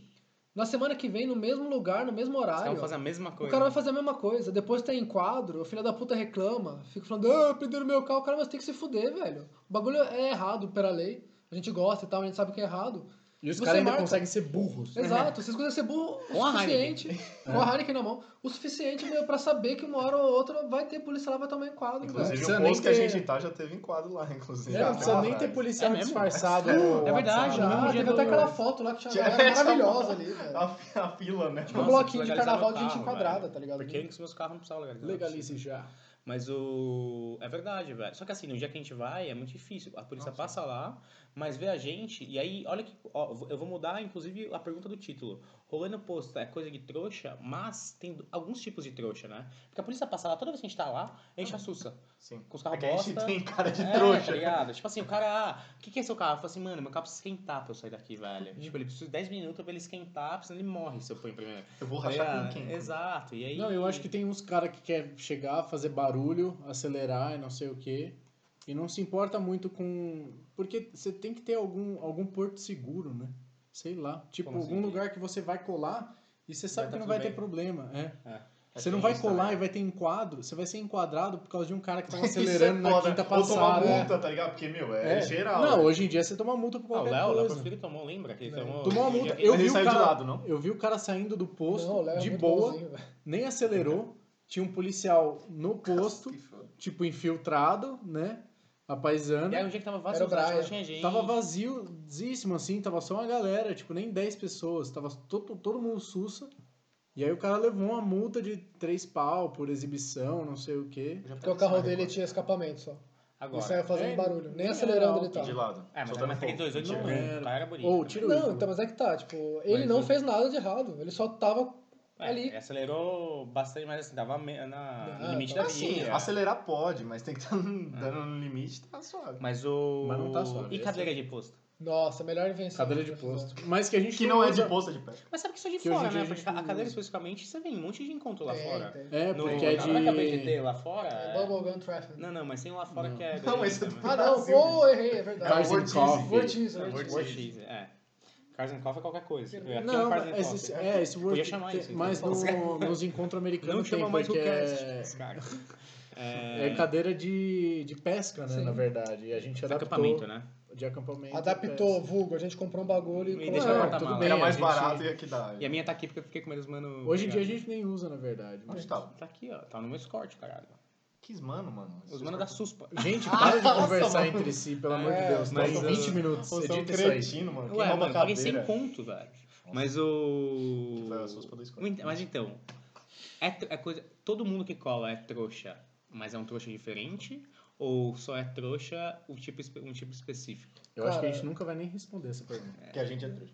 Speaker 3: na semana que vem, no mesmo lugar, no mesmo
Speaker 2: Os caras
Speaker 3: horário.
Speaker 2: fazem a mesma
Speaker 3: O
Speaker 2: coisa.
Speaker 3: cara vai fazer a mesma coisa, depois tem enquadro, o filho da puta reclama, fica falando, ah, perderam meu carro, cara, mas tem que se fuder, velho. O bagulho é errado pela lei, a gente gosta e tal, a gente sabe que é errado.
Speaker 4: E os
Speaker 3: Você
Speaker 4: caras ainda
Speaker 3: marca.
Speaker 4: conseguem ser burros.
Speaker 3: Exato, vocês conseguem ser burro
Speaker 2: É. Com
Speaker 3: o
Speaker 2: a
Speaker 3: suficiente, com a Heineken na mão, o suficiente meu, pra saber que uma hora ou outra vai ter polícia lá, vai tomar enquadro, velho.
Speaker 5: Inclusive,
Speaker 4: precisa
Speaker 5: o
Speaker 4: nem
Speaker 5: posto que a
Speaker 4: ter-
Speaker 5: gente tá já teve enquadro lá, inclusive.
Speaker 4: É, não precisa nem ter policial
Speaker 2: É mesmo?
Speaker 4: disfarçado. Ah,
Speaker 5: É
Speaker 4: no
Speaker 2: verdade,
Speaker 4: WhatsApp.
Speaker 2: tá no mesmo dia
Speaker 3: Já, teve
Speaker 2: do-
Speaker 3: até aquela foto lá que tinha uma
Speaker 5: Tinha-
Speaker 3: galera maravilhosa ali, velho.
Speaker 5: A, a fila, né?
Speaker 3: Tipo um
Speaker 2: Nossa,
Speaker 3: bloquinho de
Speaker 2: legalizaram
Speaker 3: carnaval
Speaker 2: o
Speaker 3: de gente
Speaker 2: carro,
Speaker 3: enquadrada,
Speaker 2: velho.
Speaker 3: tá ligado?
Speaker 2: Porque é antes meus carros não precisavam legalizar.
Speaker 4: Legalize já.
Speaker 2: Mas o. É verdade, velho. Só que assim, no dia que a gente vai, é muito difícil. A polícia
Speaker 5: Nossa.
Speaker 2: passa lá, mas vê a gente, e aí, olha que. ó, eu vou mudar, inclusive, a pergunta do título. Rolando posto é coisa de trouxa, mas tem do- alguns tipos de trouxa, né? Porque a polícia passa lá, toda vez que a gente tá lá, a gente assusta.
Speaker 5: Sim.
Speaker 2: Com os
Speaker 5: Ah. É
Speaker 2: carros
Speaker 5: que a gente
Speaker 2: bosta.
Speaker 5: tem cara de
Speaker 2: É,
Speaker 5: trouxa.
Speaker 2: tá ligado? Tipo assim, o cara, ah, o que, que é seu carro? Eu falo assim, mano, meu carro precisa esquentar pra eu sair daqui,
Speaker 5: Uhum.
Speaker 2: velho. tipo, ele precisa de 10 minutos pra ele esquentar, porque senão ele morre se eu pôr em primeiro.
Speaker 5: Eu vou
Speaker 2: Tá
Speaker 5: rachar
Speaker 2: ligado?
Speaker 4: É,
Speaker 5: com quem?
Speaker 2: Exato. E aí.
Speaker 4: Não, eu acho que tem uns caras que quer chegar, fazer barulho, acelerar e não sei o quê. E não se importa muito com. Porque você tem que ter algum, algum porto seguro, né? Sei lá. Tipo,
Speaker 2: Como assim?
Speaker 4: algum lugar que você vai colar e você sabe
Speaker 2: tá
Speaker 4: que não
Speaker 2: tudo
Speaker 4: vai
Speaker 2: bem.
Speaker 4: ter problema. É.
Speaker 2: É.
Speaker 4: Você
Speaker 5: É,
Speaker 4: não
Speaker 5: tem
Speaker 4: vai
Speaker 5: isso
Speaker 4: colar
Speaker 5: também.
Speaker 4: e vai ter enquadro. Você vai ser enquadrado por causa de um cara que tava
Speaker 5: Isso é
Speaker 4: acelerando na
Speaker 5: foda.
Speaker 4: quinta
Speaker 5: Ou tomar
Speaker 4: passada. né?
Speaker 5: multa, tá ligado? Porque, meu, é,
Speaker 4: É.
Speaker 5: geral.
Speaker 4: Não,
Speaker 5: né?
Speaker 4: hoje em dia você toma multa por
Speaker 2: Ah, o
Speaker 4: qualquer
Speaker 2: Léo, o Léo
Speaker 4: coisa.
Speaker 2: Porfírio tomou, lembra? Que ele tomou.
Speaker 4: Tomou uma multa.
Speaker 2: Ele-
Speaker 4: Eu
Speaker 5: Mas
Speaker 4: vi,
Speaker 5: ele
Speaker 4: o
Speaker 5: saiu de
Speaker 4: cara,
Speaker 5: lado, não?
Speaker 4: eu vi o cara saindo do posto
Speaker 3: Não, o Léo é
Speaker 4: de
Speaker 3: muito
Speaker 4: boa,
Speaker 3: bonzinho, velho.
Speaker 4: nem acelerou. Tinha um policial no posto,
Speaker 5: Que foda.
Speaker 4: tipo, infiltrado, né? A paisana.
Speaker 2: E aí um dia que tava
Speaker 3: Era
Speaker 2: vazio,
Speaker 3: o
Speaker 2: só
Speaker 3: Brian.
Speaker 2: tinha gente.
Speaker 4: Tava vaziozíssimo, assim, tava só uma galera, tipo, nem 10 pessoas, tava todo, todo mundo sussa. E aí o cara levou uma multa de 3 pau por exibição, não sei o quê.
Speaker 5: Eu já
Speaker 3: Porque o
Speaker 5: pensei,
Speaker 3: carro
Speaker 5: mas
Speaker 3: dele
Speaker 5: agora.
Speaker 3: tinha escapamento só.
Speaker 2: Agora.
Speaker 3: E saia fazendo
Speaker 4: É,
Speaker 3: barulho. Nem
Speaker 4: é
Speaker 3: acelerando
Speaker 4: legal.
Speaker 3: ele tá. tava.
Speaker 5: De lado.
Speaker 2: É, mas
Speaker 5: Soltando
Speaker 2: era
Speaker 5: um pouco.
Speaker 2: 328
Speaker 4: Não
Speaker 2: tinha.
Speaker 4: era.
Speaker 2: O cara era bonito.
Speaker 4: Ou
Speaker 2: também.
Speaker 4: tira o
Speaker 3: Não,
Speaker 4: ídolo.
Speaker 3: então, mas é que tá, tipo, ele
Speaker 4: Mas
Speaker 3: não
Speaker 4: eu-
Speaker 3: fez nada de errado, ele só tava
Speaker 2: É,
Speaker 3: ali.
Speaker 2: Acelerou bastante, mas assim, tava me- na, no
Speaker 3: Ah,
Speaker 2: limite da
Speaker 3: tava
Speaker 5: Assim,
Speaker 2: via.
Speaker 5: acelerar pode, mas tem que estar
Speaker 4: É.
Speaker 5: dando no limite, tá suave.
Speaker 2: Mas o.
Speaker 4: Mas não tá suave,
Speaker 2: E
Speaker 4: esse
Speaker 2: cadeira de posto?
Speaker 3: Nossa, melhor invenção.
Speaker 4: Cadeira de posto. Mas que a gente
Speaker 5: Que não é de
Speaker 4: usa-
Speaker 5: posto de pé.
Speaker 2: Mas sabe que isso é de
Speaker 4: Que hoje em
Speaker 2: fora,
Speaker 4: dia
Speaker 2: né?
Speaker 4: a
Speaker 2: Porque
Speaker 4: gente
Speaker 2: a
Speaker 4: não-
Speaker 2: cadeira especificamente você vem um monte de encontro lá
Speaker 3: Tem,
Speaker 2: fora.
Speaker 3: tem.
Speaker 4: É,
Speaker 2: No,
Speaker 4: porque é de.
Speaker 2: Não é que a BGT lá fora?
Speaker 3: É
Speaker 2: é-
Speaker 3: Bubblegum Traffic.
Speaker 2: Não, não, mas tem lá fora
Speaker 4: Não.
Speaker 2: que é.
Speaker 5: Não, mas
Speaker 2: grande,
Speaker 5: você-
Speaker 2: né?
Speaker 3: Ah, não.
Speaker 5: Brasil,
Speaker 3: Oh, errei, é
Speaker 4: É Cars
Speaker 3: verdade.
Speaker 4: and
Speaker 5: Ortiz.
Speaker 4: Coffee.
Speaker 3: Ortiz,
Speaker 2: É,
Speaker 3: Ortiz.
Speaker 2: World Cheese, é. Cars and Coffee é qualquer coisa. Aqui é um
Speaker 4: Não,
Speaker 2: Cars and
Speaker 4: mas
Speaker 2: Coffee.
Speaker 4: esse, é, esse World
Speaker 2: Podia chamar isso,
Speaker 4: Mas
Speaker 2: então.
Speaker 4: no, nos encontros americanos
Speaker 2: Não
Speaker 4: tem,
Speaker 2: chama mais o
Speaker 4: porque
Speaker 2: cast.
Speaker 4: é,
Speaker 2: esse cara.
Speaker 4: é cadeira de, de pesca, né,
Speaker 3: Sim.
Speaker 4: na verdade. E a gente adaptou.
Speaker 2: acampamento, né?
Speaker 4: De acampamento.
Speaker 3: Adaptou, vulgo. A gente comprou um bagulho e...
Speaker 2: E
Speaker 3: colocou.
Speaker 2: deixou
Speaker 4: Não,
Speaker 2: no porta-mala.
Speaker 4: tudo bem,
Speaker 5: Era
Speaker 4: a
Speaker 5: mais
Speaker 4: gente-
Speaker 5: barato e aqui dá.
Speaker 2: E a minha tá aqui porque eu fiquei com medo, mano.
Speaker 4: Hoje em dia a gente nem usa, na verdade.
Speaker 5: Onde
Speaker 4: mas-
Speaker 5: tá?
Speaker 2: Tá aqui, ó. Tá no meu escorte, caralho.
Speaker 5: Que mano, mano.
Speaker 2: Os manos da SUSPA.
Speaker 4: Gente, para de
Speaker 5: Nossa,
Speaker 4: conversar
Speaker 5: mano.
Speaker 4: entre si, pelo amor de
Speaker 3: É,
Speaker 4: Deus.
Speaker 2: mas,
Speaker 4: Mas,
Speaker 2: uh,
Speaker 4: 20 minutos,
Speaker 5: Você é um
Speaker 4: edita isso aí.
Speaker 5: cretino, mano. Quem
Speaker 2: Ué,
Speaker 5: rouba
Speaker 2: mano, eu paguei sem
Speaker 5: cadeira?
Speaker 2: conto, velho. Mas o.
Speaker 5: Que foi a SUSPA do escorte.
Speaker 2: O in- Mas então. É, tr- é coisa... Todo mundo que cola é trouxa, mas é um trouxa diferente? Ou só é trouxa o tipo, espe- um tipo específico?
Speaker 4: Eu acho que a
Speaker 3: Cara.
Speaker 4: gente nunca vai nem responder essa pergunta.
Speaker 5: Que a gente é trouxa.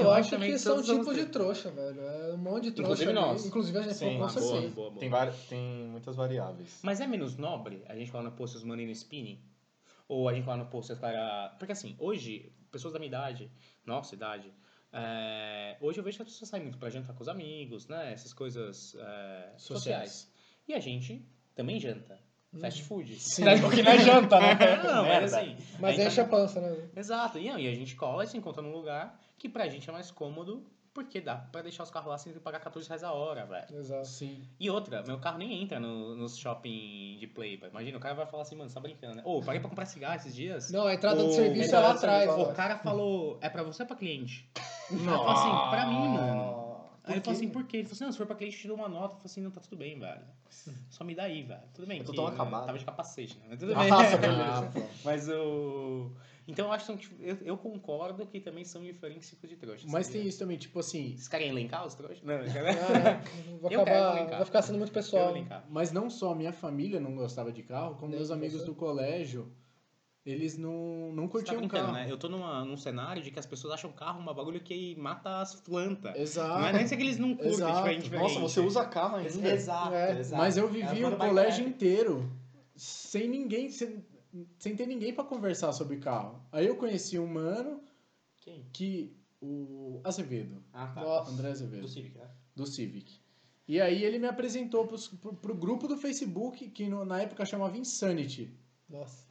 Speaker 3: Eu acho
Speaker 2: também
Speaker 3: que
Speaker 2: que
Speaker 3: são
Speaker 2: todos somos
Speaker 3: tipos de trouxa, velho. É um monte de trouxa.
Speaker 2: Inclusive
Speaker 3: ali.
Speaker 2: nós.
Speaker 3: Inclusive a gente,
Speaker 5: Sim,
Speaker 3: com
Speaker 5: ah,
Speaker 3: certeza.
Speaker 2: boa, boa, boa.
Speaker 5: Tem, vari- tem muitas variáveis.
Speaker 2: Mas é menos nobre a gente falar no post os mano indo spinning? Ou a gente falar no post os cara... Porque assim, hoje, pessoas da minha idade, nossa idade, é, hoje eu vejo que as pessoas saem muito pra jantar com os amigos, né? Essas coisas é, sociais. E a gente também janta. Fast food.
Speaker 3: Uhum. Hum. Sim.
Speaker 2: Porque não é janta, né? Não, mas
Speaker 5: Merda.
Speaker 2: assim... a
Speaker 3: Mas
Speaker 2: gente
Speaker 3: enche a pança, né?
Speaker 2: Exato, e, não, e a gente cola e se encontra num lugar que pra gente é mais cômodo, porque dá pra deixar os carros lá sem pagar 14 reais a hora, velho.
Speaker 3: Exato.
Speaker 4: Sim.
Speaker 2: E outra, meu carro nem entra no, nos shopping de Playboy. Imagina, o cara vai falar assim, mano, você tá brincando, né? Ô, parei pra comprar cigarro esses dias.
Speaker 3: Não, a entrada
Speaker 2: O-
Speaker 3: de serviço é
Speaker 2: entrada
Speaker 3: lá
Speaker 2: de
Speaker 3: atrás.
Speaker 2: serviço,
Speaker 3: ó.
Speaker 2: O cara falou, é pra você ou pra cliente? Aí eu falo assim, pra mim, mano. Aí ele falou assim, por quê? Ele falou assim, não, se for pra cliente, eu te dou uma nota. Eu falei assim, não, tá tudo bem, velho. Só me dá aí, velho. Tudo bem.
Speaker 5: Eu tô
Speaker 2: que
Speaker 5: tão
Speaker 2: eu
Speaker 5: acabado.
Speaker 2: Tava de capacete, né? Mas tudo bem.
Speaker 5: Nossa,
Speaker 4: Ah,
Speaker 5: beleza.
Speaker 4: pô.
Speaker 2: Mas o. Então eu acho que são, tipo, eu, eu concordo que também são diferentes tipos de trouxas.
Speaker 4: Mas tem isso também, tipo assim,
Speaker 2: Vocês querem elencar os trouxas? Não, eu quero-
Speaker 3: Ah, vou
Speaker 2: Eu quero
Speaker 3: acabar,
Speaker 2: brincar.
Speaker 3: vai ficar sendo muito
Speaker 2: quero
Speaker 3: pessoal.
Speaker 2: elencar.
Speaker 4: Mas não só a minha família não gostava de carro, como
Speaker 3: Nem
Speaker 4: meus amigos
Speaker 3: você.
Speaker 4: do colégio, eles não,
Speaker 2: Você
Speaker 4: não
Speaker 2: tá
Speaker 4: curtiam
Speaker 2: brincando,
Speaker 4: carro.
Speaker 2: né? Eu tô numa, num cenário de que as pessoas acham carro uma bagulho que mata as plantas.
Speaker 4: Exato.
Speaker 2: Não é nem se é que eles não curtem,
Speaker 4: Ah, Exato.
Speaker 2: tipo, é indiferente.
Speaker 5: Nossa, você usa carro
Speaker 2: Ex-
Speaker 5: ainda.
Speaker 2: Exato,
Speaker 3: É,
Speaker 2: exato.
Speaker 4: Mas eu
Speaker 2: É,
Speaker 4: vivi
Speaker 2: mano,
Speaker 4: o
Speaker 2: vai
Speaker 4: colégio
Speaker 2: direto.
Speaker 4: inteiro sem ninguém, sem, sem ter ninguém pra conversar sobre carro. Aí eu conheci um mano
Speaker 2: Quem?
Speaker 4: que o Azevedo,
Speaker 2: Ah, tá.
Speaker 3: Nossa.
Speaker 4: André
Speaker 2: Do
Speaker 4: Azevedo,
Speaker 2: Civic, né?
Speaker 4: do Civic. E aí ele me apresentou pros, pro, pro grupo do Facebook que no- na época chamava Insanity.
Speaker 3: Nossa.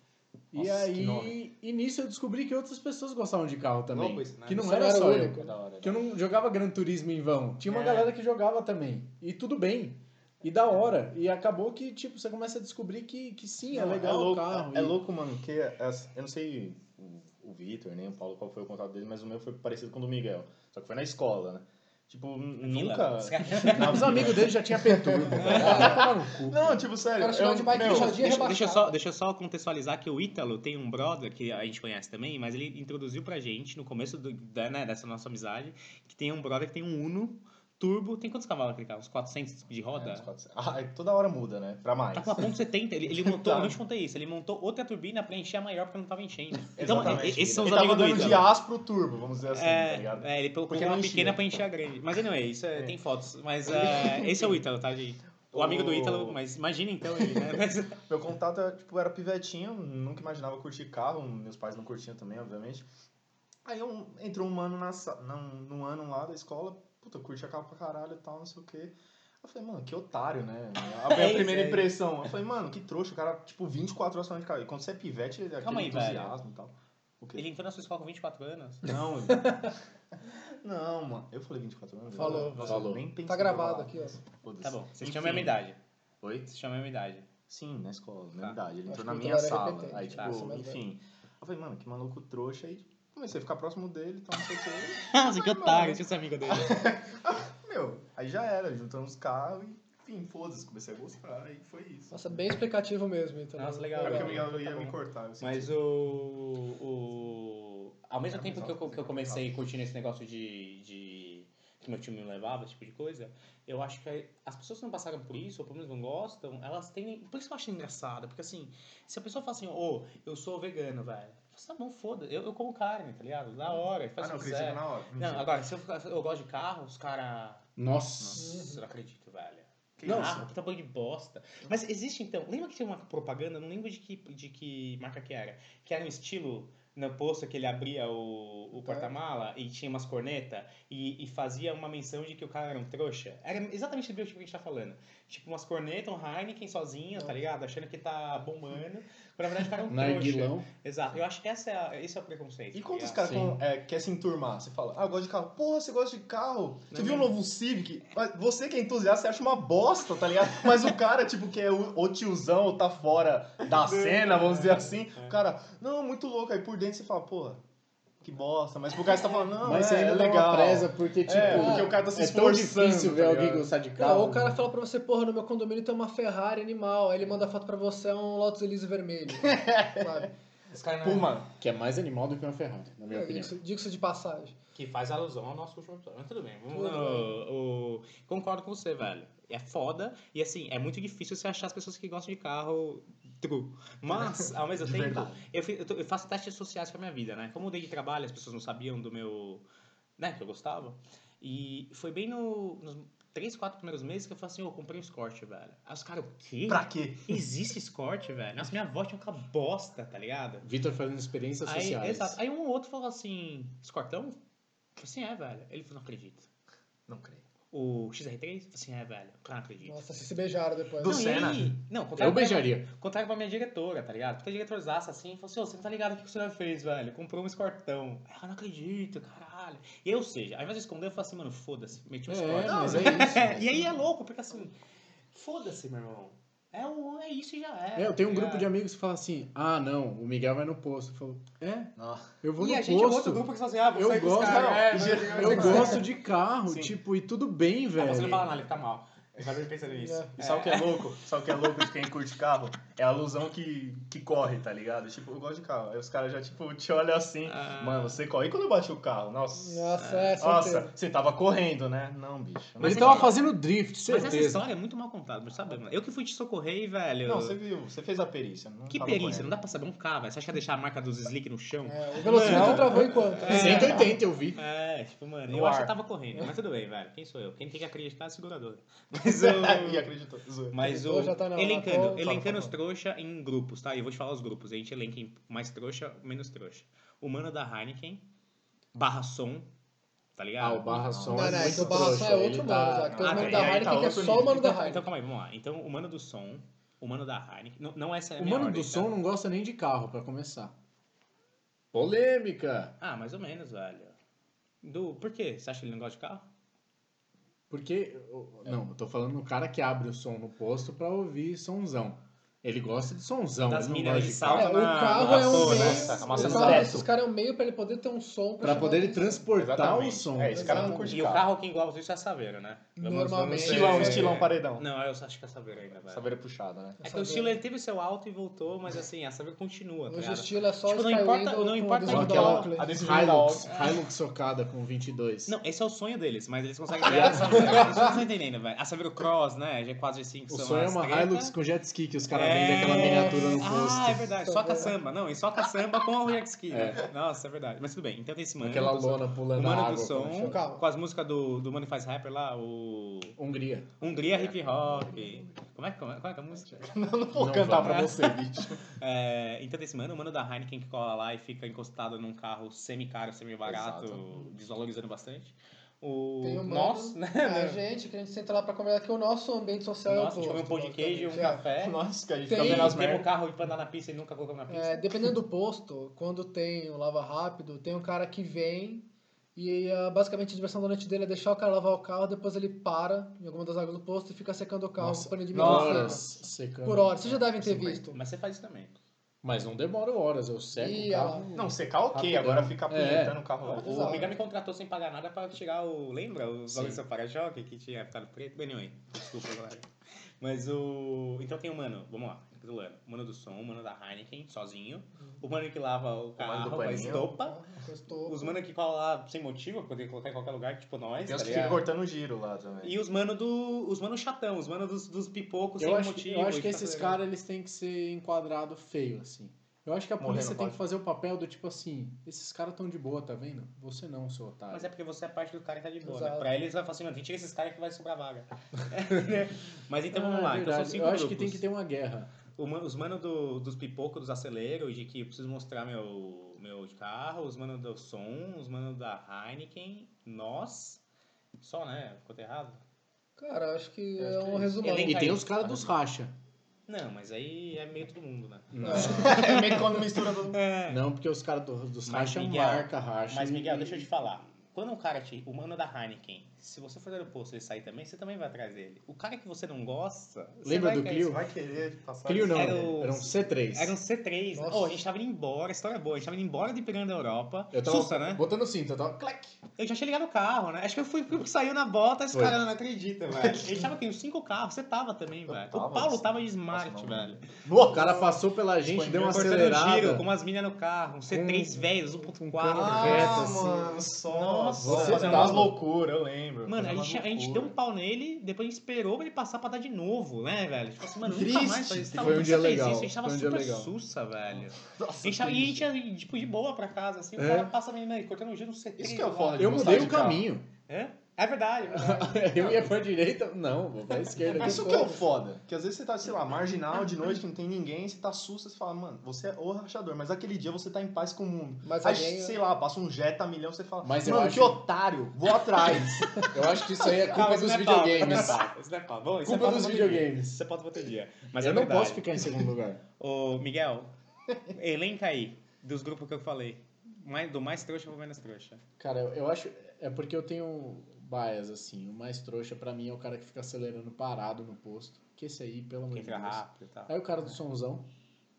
Speaker 4: e
Speaker 5: Nossa, que
Speaker 4: aí, e nisso eu descobri que outras pessoas gostavam de carro também.
Speaker 2: Louco isso, né?
Speaker 4: Que não
Speaker 3: Você
Speaker 4: era
Speaker 3: não era
Speaker 4: só
Speaker 3: o
Speaker 4: eu.
Speaker 3: único. né?
Speaker 5: Da hora.
Speaker 4: Que eu não jogava Gran Turismo em vão. Tinha uma
Speaker 2: É.
Speaker 4: galera que jogava também. E tudo bem. E da hora. E acabou que, tipo, você começa a descobrir que, que sim, é
Speaker 5: Não,
Speaker 4: legal
Speaker 5: louco,
Speaker 4: o carro.
Speaker 5: É, é
Speaker 4: E-
Speaker 5: louco, mano, que é- eu não sei o, o Vitor, nem o Paulo, qual foi o contato dele, mas o meu foi parecido com o do Miguel. Só que foi na escola, né? Tipo, n-
Speaker 2: Vila.
Speaker 5: nunca.
Speaker 2: Os caras-
Speaker 5: Não,
Speaker 4: Os amigos dele já tinham P-Turbo. cara. Vai tomar no cu.
Speaker 5: Não, tipo, sério.
Speaker 3: O cara chegou de bike
Speaker 5: meu,
Speaker 3: inchadinha.
Speaker 2: Deixa, deixa eu só,
Speaker 3: rebaixado.
Speaker 2: deixa eu só contextualizar que o Ítalo tem um brother que a gente conhece também, mas ele introduziu pra gente no começo do- da- né, dessa nossa amizade que tem um brother que tem um Uno turbo. Tem quantos cavalos aquele carro? Uns 400 de roda?
Speaker 5: É, uns 400. Ah, e toda hora muda, né? Pra mais.
Speaker 2: Tá com a ponto 70, ele, ele montou,
Speaker 5: Tá.
Speaker 2: eu não te contei isso, ele montou outra turbina pra encher a maior porque não tava enchendo. Então, e-
Speaker 5: Exatamente.
Speaker 2: esses são os
Speaker 5: Ele tava
Speaker 2: amigos do
Speaker 5: andando
Speaker 2: Ítalo.
Speaker 5: de aço pro turbo, vamos dizer assim, tá
Speaker 2: É,
Speaker 5: ligado?
Speaker 2: é, ele pegou
Speaker 5: Porque
Speaker 2: uma
Speaker 5: não enchia.
Speaker 2: pequena pra encher a grande. Mas não é isso, é,
Speaker 5: É.
Speaker 2: tem fotos. Mas é, esse é o Ítalo, tá, gente? O amigo do
Speaker 5: O-
Speaker 2: Ítalo, mas imagina então ele, né? Mas-
Speaker 5: Meu contato era, tipo, era pivetinho, nunca imaginava curtir carro, meus pais não curtiam também, obviamente. Aí um, entrou um mano na, sa- na- num ano lá da escola, puta, curtia carro pra caralho e tal, não sei o quê. Eu falei, mano, que otário, né? A
Speaker 2: É
Speaker 5: minha
Speaker 2: isso,
Speaker 5: primeira
Speaker 2: é isso.
Speaker 5: impressão. Eu falei, mano, que trouxa, o cara, tipo, 24 horas falando de carro. E quando você é pivete, ele é
Speaker 2: Calma
Speaker 5: aquele
Speaker 2: aí, velho.
Speaker 5: entusiasmo e tal. O quê?
Speaker 2: ele entrou na sua escola com 24 anos.
Speaker 5: Não, ele- não, mano. Eu falei 24 anos?
Speaker 3: Falou.
Speaker 5: Nossa,
Speaker 4: Falou.
Speaker 5: Nem pensei
Speaker 3: Tá
Speaker 5: em falar.
Speaker 3: gravado aqui, ó.
Speaker 5: Foda-se.
Speaker 2: Tá bom, vocês
Speaker 5: Enfim.
Speaker 2: tinham a mesma idade.
Speaker 5: Oi?
Speaker 2: Vocês tinham a mesma idade.
Speaker 5: Sim, na escola, na
Speaker 2: Tá.
Speaker 5: verdade.
Speaker 3: Acho
Speaker 5: Ele entrou
Speaker 3: que
Speaker 5: na
Speaker 3: o
Speaker 5: minha
Speaker 3: Vitor era
Speaker 5: sala.
Speaker 3: repetente,
Speaker 5: Aí,
Speaker 2: tá,
Speaker 5: tipo,
Speaker 3: sou mais velho.
Speaker 5: enfim. Eu falei, mano, que maluco trouxa. Aí comecei a ficar próximo dele, tal, não sei o quê.
Speaker 2: Ah, você que otário, tinha esse amigo dele.
Speaker 5: Meu, aí já era, juntamos os carros e, enfim, foda-se, comecei a gostar. Aí foi isso.
Speaker 3: Nossa, bem explicativo mesmo, então.
Speaker 2: Nossa,
Speaker 5: é
Speaker 2: legal.
Speaker 5: porque o
Speaker 2: legal.
Speaker 5: Miguel ia
Speaker 2: Tá bom.
Speaker 5: me cortar. eu senti.
Speaker 2: Mas o. o ao mesmo
Speaker 5: É,
Speaker 2: tempo
Speaker 5: mas
Speaker 2: que eu,
Speaker 5: alto,
Speaker 2: que eu
Speaker 5: né?
Speaker 2: comecei curtindo esse negócio de, de. que meu time me levava, esse tipo de coisa, eu acho que as pessoas que não passaram por isso, ou pelo menos não gostam, elas tendem. Por isso que eu acho engraçado, porque assim, se a pessoa fala assim, ô, eu sou vegano, velho. Nossa, não foda. Eu, eu como carne, tá ligado? Na hora.
Speaker 5: Ah,
Speaker 2: Faz
Speaker 5: não,
Speaker 2: o que quiser.
Speaker 5: critica na hora.
Speaker 2: Não, agora, se eu, ficar- eu gosto de carro, os caras.
Speaker 4: Nossa.
Speaker 2: Nossa, não acredito, velho.
Speaker 5: Que
Speaker 2: Não,
Speaker 5: isso?
Speaker 2: ah, puta banda de bosta. Mas existe então. Lembra que tinha uma propaganda, não lembro de que, de que marca que era. Que era um estilo no posto que ele abria
Speaker 5: É.
Speaker 2: o, o
Speaker 3: Tá.
Speaker 2: porta-mala e tinha umas cornetas e, e fazia uma menção de que o cara era um trouxa. Era exatamente do tipo que a gente tá falando. Tipo, umas cornetas, um Heineken sozinho, tá ligado? Achando que tá bombando. Mas na verdade o cara é um trouxa.
Speaker 4: Narguilão.
Speaker 2: Exato. Eu acho que essa é a- esse é o preconceito.
Speaker 5: E
Speaker 2: tá
Speaker 5: quando os
Speaker 2: ligado?
Speaker 5: caras
Speaker 4: Sim.
Speaker 5: com- é, querem se enturmar, você fala, ah, eu gosto de carro. Porra, você gosta de carro?
Speaker 2: Não
Speaker 5: você
Speaker 2: é
Speaker 5: viu o
Speaker 2: mesmo?
Speaker 5: novo Civic? Mas Você que é entusiasta, você acha uma bosta, tá ligado? Mas o cara, tipo, que é o, o tiozão ou tá fora da cena, vamos dizer assim, o cara, não, muito louco. Aí por dentro você fala, porra, que bosta. Mas pro cara você tá falando, não,
Speaker 4: Mas
Speaker 5: é,
Speaker 4: você ainda
Speaker 5: é
Speaker 4: dá uma
Speaker 5: legal.
Speaker 4: presa, porque, tipo,
Speaker 5: é, porque o cara tá se
Speaker 4: é tão
Speaker 5: esforçando.
Speaker 4: difícil
Speaker 5: tá
Speaker 4: ver alguém
Speaker 5: ligado?
Speaker 4: gostar de
Speaker 3: Não,
Speaker 4: carro.
Speaker 3: ou o cara fala pra você, porra, no meu condomínio tem uma Ferrari animal. Aí ele manda foto pra você, é um Lotus Elise vermelho. sabe?
Speaker 2: Os caras não-
Speaker 5: Puma,
Speaker 4: Que é mais animal do que uma Ferrari, na
Speaker 2: É
Speaker 4: minha
Speaker 3: Eu
Speaker 4: opinião.
Speaker 3: Digo digo isso de passagem.
Speaker 2: Que faz alusão ao nosso último episódio. Mas tudo bem, vamos
Speaker 3: Tudo
Speaker 2: lá. O- o- Concordo com você, velho. É foda. E assim, é muito difícil você achar as pessoas que gostam de carro true. Mas, ao mesmo
Speaker 5: De
Speaker 2: tempo,
Speaker 5: verdade.
Speaker 2: eu, fi- eu tô- eu faço testes sociais com a minha vida, né? Como eu mudei de trabalho, as pessoas não sabiam do meu. né, que eu gostava. E foi bem no- nos três, quatro primeiros meses que eu falei assim: eu comprei um Escort, velho. Aí os caras, o quê?
Speaker 5: pra quê?
Speaker 2: Existe Escort, velho? Nossa, minha avó tinha uma bosta, tá ligado?
Speaker 4: Vitor fazendo experiências
Speaker 2: Aí,
Speaker 4: sociais.
Speaker 2: exato. Aí um ou outro falou assim, Escortão? Eu falei assim, é, velho. Ele falou, não acredito.
Speaker 5: Não creio.
Speaker 2: O XR3? Eu falei assim, é, velho. Eu não acredito.
Speaker 3: Nossa, vocês se beijaram depois.
Speaker 5: Do
Speaker 2: não, e
Speaker 5: Senna.
Speaker 2: aí- Não, contaram
Speaker 4: Eu
Speaker 2: pra-
Speaker 4: beijaria.
Speaker 2: Contaram pra minha diretora, tá ligado? Porque a diretorzaça assim, falou assim, ô, você não tá ligado o que que o senhor fez, velho? Comprou um escortão. Aí Eu não acredito, caralho. E, ou seja, ao invés de esconder, eu falei assim, mano, foda-se, meti um
Speaker 4: É,
Speaker 2: escortão.
Speaker 4: mas é isso.
Speaker 2: e aí é louco, porque assim, foda-se, meu irmão. É, o, é isso e já é.
Speaker 4: É, eu tenho um
Speaker 2: tá
Speaker 4: grupo de
Speaker 2: ligado?
Speaker 4: amigos que fala assim: ah, não, o Miguel vai no posto. Eu falo, é,
Speaker 5: Não.
Speaker 4: eu vou
Speaker 2: E
Speaker 4: no
Speaker 2: a gente é
Speaker 4: posto.
Speaker 2: outro grupo que fala assim, ah, vou
Speaker 4: Eu
Speaker 2: sair com os
Speaker 4: gosto,
Speaker 2: caras.
Speaker 4: não,
Speaker 2: É,
Speaker 5: e
Speaker 2: vai-
Speaker 5: ge-
Speaker 2: vai-
Speaker 4: eu
Speaker 2: vai-
Speaker 4: gosto de carro,
Speaker 5: Sim.
Speaker 4: tipo, e tudo bem,
Speaker 2: Ah, você
Speaker 4: velho.
Speaker 2: não fala nada, ele tá mal. Eu tava pensando nisso.
Speaker 3: É.
Speaker 5: E sabe o que é louco? Sabe o que é louco de quem curte carro? É a alusão que, que corre, tá ligado? Tipo, eu gosto de carro. Aí os caras já, tipo, te olham assim.
Speaker 2: Ah.
Speaker 5: Mano, você corre. E quando eu bati o carro? Nossa.
Speaker 3: Nossa, é, certeza.
Speaker 5: Nossa, você tava correndo, né? Não, bicho.
Speaker 4: Mas
Speaker 2: Mas
Speaker 4: ele
Speaker 2: é
Speaker 4: tava
Speaker 2: que-
Speaker 4: fazendo drift,
Speaker 2: Mas essa
Speaker 4: certeza.
Speaker 2: história é muito mal contada, mas sabe? mano? Eu que fui te socorrer, e, velho.
Speaker 5: Não, você viu, você fez a perícia. Não
Speaker 2: Que
Speaker 5: tava
Speaker 2: perícia, não
Speaker 5: correndo.
Speaker 2: dá pra saber um carro, velho. Você acha que ia deixar a marca dos slick no chão?
Speaker 3: É, o velocímetro
Speaker 5: Não.
Speaker 3: travou enquanto. né?
Speaker 2: É.
Speaker 4: 180 eu vi.
Speaker 2: É, tipo, mano,
Speaker 5: No
Speaker 2: eu acho que
Speaker 5: ar.
Speaker 2: eu tava correndo, mas tudo bem, velho. Quem sou eu? Quem tem que acreditar é a seguradora. Mas o.
Speaker 5: e acreditou. zoou.
Speaker 2: Mas
Speaker 3: Então
Speaker 2: o.
Speaker 3: já tá na- na
Speaker 2: elencando,
Speaker 3: conta,
Speaker 2: elencando
Speaker 5: fala,
Speaker 2: os trouxa em grupos, tá? E eu vou te falar os grupos. A gente elenca em mais trouxa, menos trouxa. O mano da Heineken, barra som, tá
Speaker 4: Ah,
Speaker 2: ligado?
Speaker 4: o Barra Som
Speaker 3: Não,
Speaker 4: é
Speaker 3: não,
Speaker 4: muito
Speaker 3: esse o Barra Som
Speaker 4: trouxa,
Speaker 3: é outro
Speaker 4: ele
Speaker 3: mano
Speaker 4: tá-
Speaker 3: já. Tem o
Speaker 2: Ah, tá,
Speaker 3: mano da
Speaker 2: e aí
Speaker 5: tá
Speaker 3: Heineken que é
Speaker 5: outro
Speaker 3: só o
Speaker 5: nível.
Speaker 3: mano da
Speaker 2: então,
Speaker 3: Heineken.
Speaker 2: então, calma aí, vamos lá. Então, o mano do som, o mano da Heineken. Não, não essa é a
Speaker 4: O
Speaker 2: minha
Speaker 4: mano
Speaker 2: ordem,
Speaker 4: do
Speaker 2: tá?
Speaker 4: som não gosta nem de carro, pra começar. Polêmica!
Speaker 2: Ah, mais ou menos, velho. Do, por quê? Você acha que ele não gosta de carro?
Speaker 4: Porque, eu-
Speaker 5: É.
Speaker 4: não, eu tô falando do cara que abre o som no posto pra ouvir sonzão. Ele gosta de sonzão,
Speaker 2: Das
Speaker 4: ele não
Speaker 2: minas,
Speaker 4: gosta
Speaker 2: ele
Speaker 4: de
Speaker 2: salta
Speaker 4: carro.
Speaker 3: É, o
Speaker 2: na-
Speaker 3: carro
Speaker 2: na
Speaker 3: é um
Speaker 2: sua,
Speaker 3: meio.
Speaker 2: né?
Speaker 5: Essa
Speaker 4: camaça
Speaker 3: o
Speaker 4: do
Speaker 3: carro-
Speaker 4: teto.
Speaker 3: Esses caras é um meio pra ele poder ter um som pra,
Speaker 4: Pra
Speaker 3: chamar
Speaker 4: poder ele
Speaker 3: atenção.
Speaker 4: transportar o
Speaker 5: Exatamente.
Speaker 4: som.
Speaker 5: É, esse cara não curte
Speaker 2: E o carro que engloba tudo isso é a Saveiro, né?
Speaker 3: Normalmente.
Speaker 2: Vamos-
Speaker 5: Estilão,
Speaker 2: vamos-
Speaker 5: estilão paredão.
Speaker 2: é. Não, eu acho que é a Saveiro ainda, velho.
Speaker 5: Saber puxada, né?
Speaker 2: É que o estilo ele teve o seu alto e voltou, mas assim, a Saveiro continua, tá
Speaker 3: Hoje o
Speaker 2: ligado?
Speaker 3: estilo é só
Speaker 2: Tipo,
Speaker 3: o
Speaker 2: não
Speaker 3: Sky
Speaker 2: importa-
Speaker 3: Window
Speaker 2: não
Speaker 3: com
Speaker 2: importa
Speaker 3: o
Speaker 5: Só
Speaker 3: adesivo da
Speaker 5: aquela
Speaker 3: Oakley.
Speaker 5: adesivinho da
Speaker 4: Hilux,
Speaker 5: Oakley.
Speaker 4: Hilux socada com 22.
Speaker 2: Não, esse é o sonho deles, mas eles conseguem ganhar a Saveiro. Vocês não estão entendendo, velho. A Saveiro Cross, né? G4, G5
Speaker 4: o
Speaker 2: são
Speaker 4: sonho é
Speaker 2: as
Speaker 4: uma
Speaker 2: treta.
Speaker 4: Hilux com jet ski que os caras
Speaker 2: É.
Speaker 4: vendem aquela miniatura no
Speaker 2: Ah, é
Speaker 4: posto.
Speaker 2: verdade. Só caçamba. Não, e só caçamba com o jet ski. né? Nossa, é verdade. Mas tudo bem. Então tem esse mano.
Speaker 4: aquela
Speaker 2: do som.
Speaker 4: lona
Speaker 2: O
Speaker 4: pulando na
Speaker 2: Mano
Speaker 4: água.
Speaker 2: do Som,
Speaker 4: quando chove.
Speaker 3: Calma.
Speaker 2: com as músicas do, do Mano que Faz Rapper lá, o...
Speaker 4: Hungria.
Speaker 2: Hungria Hip Hop. Como é, que- como é, qual é que é a música?
Speaker 5: Não, não vou
Speaker 4: Não
Speaker 5: cantar
Speaker 4: vai.
Speaker 5: pra você, bicho.
Speaker 2: É, então desse mano, o mano da Heineken que cola lá e fica encostado num carro semi-caro, semi-barato,
Speaker 5: Exato.
Speaker 2: desvalorizando bastante. O
Speaker 3: Tem o mano-
Speaker 2: nós, né?
Speaker 3: É, a gente, que a gente senta lá pra comer, que o nosso ambiente social é o
Speaker 2: Nós, a gente comeu um
Speaker 3: posto,
Speaker 2: pão de queijo, um
Speaker 3: basicamente. É.
Speaker 2: café.
Speaker 5: Nossa, que a gente
Speaker 3: Tem-
Speaker 5: tá vendo
Speaker 2: Nós
Speaker 5: as
Speaker 2: temos
Speaker 5: merdas.
Speaker 2: o carro pra andar na pista e nunca colocamos na pista.
Speaker 3: É, dependendo do posto, quando tem o Lava Rápido, tem um cara que vem e ah, basicamente a diversão da noite dele é deixar o cara lavar o carro, depois ele para em alguma das águas do posto e fica secando o carro
Speaker 4: Nossa,
Speaker 3: com pano de
Speaker 4: horas
Speaker 3: microfibra.
Speaker 4: secando.
Speaker 3: Por horas, vocês já devem ter
Speaker 5: 50.
Speaker 3: visto.
Speaker 2: Mas você faz isso também.
Speaker 4: Mas não demora horas, eu seco
Speaker 3: Ih,
Speaker 4: o carro.
Speaker 5: Não, secar ok,
Speaker 4: Rapidão.
Speaker 5: agora ficar apunhetando
Speaker 4: É.
Speaker 5: o carro. lá.
Speaker 2: O
Speaker 3: Exato.
Speaker 2: Miguel me contratou sem pagar nada pra tirar o. Lembra? O
Speaker 4: Sim.
Speaker 2: Zóio seu para-choque que tinha ficado preto? Anyway, desculpa, galera. Mas o. Então tem o mano, vamos lá, recapitulando. O mano do som, o mano da Heineken, sozinho.
Speaker 4: Uhum.
Speaker 2: O mano que lava o carro
Speaker 5: do
Speaker 2: com a
Speaker 5: paninho.
Speaker 2: estopa.
Speaker 3: Encostou.
Speaker 2: Os mano que cola lá sem motivo, poder colocar em qualquer lugar, tipo nós.
Speaker 5: Tem
Speaker 2: Tá
Speaker 5: uns que ficam
Speaker 2: ligado?
Speaker 5: cortando o giro lá também.
Speaker 2: E os mano do. Os mano chatão, os mano dos, dos pipocos
Speaker 4: Eu
Speaker 2: Tipo, sem
Speaker 4: acho, que-
Speaker 2: motivo. tá
Speaker 4: eu acho que
Speaker 2: e
Speaker 4: esses
Speaker 2: tá-
Speaker 4: caras eles têm que ser enquadrado feio, assim. Eu acho que a
Speaker 5: Morrer
Speaker 4: polícia
Speaker 5: não
Speaker 4: tem
Speaker 5: pode.
Speaker 4: que fazer o papel do tipo assim, esses caras tão de boa, tá vendo? Você não, seu otário.
Speaker 2: Mas é porque você é parte do cara que tá de boa, né?
Speaker 3: Exato.
Speaker 2: Pra eles vai falar assim, mano, tira esses caras que vai sobrar vaga. Mas então
Speaker 4: Ah,
Speaker 2: vamos lá, então são
Speaker 4: verdade.
Speaker 2: cinco
Speaker 4: Eu acho que
Speaker 2: grupos.
Speaker 4: tem que ter uma guerra.
Speaker 2: O ma- Os manos do, dos pipocos, dos aceleros, de que eu preciso mostrar meu, meu carro, os manos do som, os manos da Heineken, nós. Só, né? Ficou errado?
Speaker 3: Cara, acho que
Speaker 2: Eu acho
Speaker 3: é um
Speaker 2: que-
Speaker 3: resumão.
Speaker 2: Elenco-
Speaker 4: E
Speaker 2: Aí,
Speaker 4: tem os caras dos racha.
Speaker 2: Não, mas aí é meio todo mundo, né?
Speaker 5: É meio que quando mistura todo mundo.
Speaker 4: Não, porque os caras do, dos
Speaker 2: Mas,
Speaker 4: racha é
Speaker 2: Miguel,
Speaker 4: marca racha.
Speaker 2: Mas, Miguel, deixa eu
Speaker 4: eu
Speaker 2: te falar. Quando um cara te. O mano da Heineken, se você for do aeroporto e ele sair também, você também vai atrás dele. O cara que você não gosta. você
Speaker 4: Lembra
Speaker 2: vai
Speaker 4: do
Speaker 2: atrás.
Speaker 4: Clio?
Speaker 5: Vai querer passar.
Speaker 4: Crio não,
Speaker 2: Era
Speaker 4: era
Speaker 2: o-
Speaker 4: um C3.
Speaker 2: Era um C3. né?
Speaker 3: Nossa.
Speaker 2: Oh, a gente tava indo embora, história boa. A gente tava indo embora de Piranga da Europa.
Speaker 4: Eu tava
Speaker 2: Sussa, né?
Speaker 4: botando o cinto, eu tava... Clac!
Speaker 2: Eu já tinha ligado o carro, né? Acho que eu fui fui o que saiu na bota, esse
Speaker 4: Foi.
Speaker 2: cara não acredita, velho. Ele tava com uns cinco carros, você tava também,
Speaker 5: Eu
Speaker 2: velho.
Speaker 5: tava,
Speaker 2: o Paulo
Speaker 5: mas-
Speaker 2: tava de Smart,
Speaker 5: Nossa, não.
Speaker 2: velho.
Speaker 4: O cara passou pela gente,
Speaker 5: Foi
Speaker 4: deu uma
Speaker 2: Cortando
Speaker 4: acelerada.
Speaker 2: giro com umas minas no carro, um Ah, C3 velhos,
Speaker 4: um
Speaker 2: 1.4.
Speaker 4: cano
Speaker 2: velho.
Speaker 4: reto, assim.
Speaker 5: mano, só.
Speaker 2: tá Nossa,
Speaker 5: Nossa, fazendo
Speaker 4: tava-
Speaker 5: umas loucuras, eu lembro.
Speaker 2: Mano, a
Speaker 5: Fazendo
Speaker 2: gente,
Speaker 5: umas
Speaker 2: a gente deu um
Speaker 5: loucuras.
Speaker 2: pau nele, depois a gente esperou pra ele passar pra dar de novo, né, velho? Tipo assim, mano, nunca
Speaker 5: Triste.
Speaker 2: mais faz isso. Tá
Speaker 4: Foi um
Speaker 2: louco,
Speaker 4: dia
Speaker 2: você fez
Speaker 4: legal,
Speaker 2: Isso. A gente tava
Speaker 4: foi um dia
Speaker 2: super
Speaker 4: legal.
Speaker 2: sussa, velho. A
Speaker 5: Nossa,
Speaker 2: gente tava, e a gente
Speaker 5: triste.
Speaker 2: ia, tipo, de boa pra casa, assim, o
Speaker 4: É.
Speaker 2: cara passa menina aí, cortando um giro no C3.
Speaker 5: Isso que é o
Speaker 2: lá.
Speaker 5: foda de
Speaker 4: Eu
Speaker 5: gostar
Speaker 4: mudei
Speaker 5: de
Speaker 4: o
Speaker 5: carro.
Speaker 4: caminho.
Speaker 2: É? É verdade. é verdade.
Speaker 4: Eu ia pra direita, não, vou pra esquerda.
Speaker 5: Isso que é o foda. Que às vezes você tá, sei lá, marginal de noite, que não tem ninguém, você tá susto, você fala, mano, você é o rachador, mas aquele dia você tá em paz com o mundo.
Speaker 3: Mas
Speaker 5: Aí,
Speaker 3: alguém- é
Speaker 5: sei lá, passa um Jetta milhão, você fala,
Speaker 4: Mas eu
Speaker 5: mano,
Speaker 4: acho-
Speaker 5: que otário, vou atrás.
Speaker 4: Eu acho que isso aí é
Speaker 2: Ah,
Speaker 4: culpa
Speaker 2: mas
Speaker 4: dos
Speaker 2: não é pau,
Speaker 4: videogames.
Speaker 2: Isso não é pau, isso não é pau. Bom, isso
Speaker 4: Culpa
Speaker 2: é pauta
Speaker 4: dos
Speaker 2: pra outro dia.
Speaker 4: videogames.
Speaker 2: Isso é pauta pra outro dia. Mas
Speaker 4: eu
Speaker 2: é
Speaker 4: não
Speaker 2: verdade.
Speaker 4: posso ficar em segundo lugar.
Speaker 2: Ô, Miguel, elenca aí, dos grupos que eu falei. Mais- Do mais trouxa pro menos trouxa.
Speaker 4: Cara, eu, eu acho. É porque eu tenho bias, assim. O mais trouxa pra mim é o cara que fica acelerando parado no posto. Que esse aí, pelo amor
Speaker 2: Quem
Speaker 4: de
Speaker 2: entra
Speaker 4: Deus.
Speaker 2: rápido e tal.
Speaker 4: Aí o cara do somzão,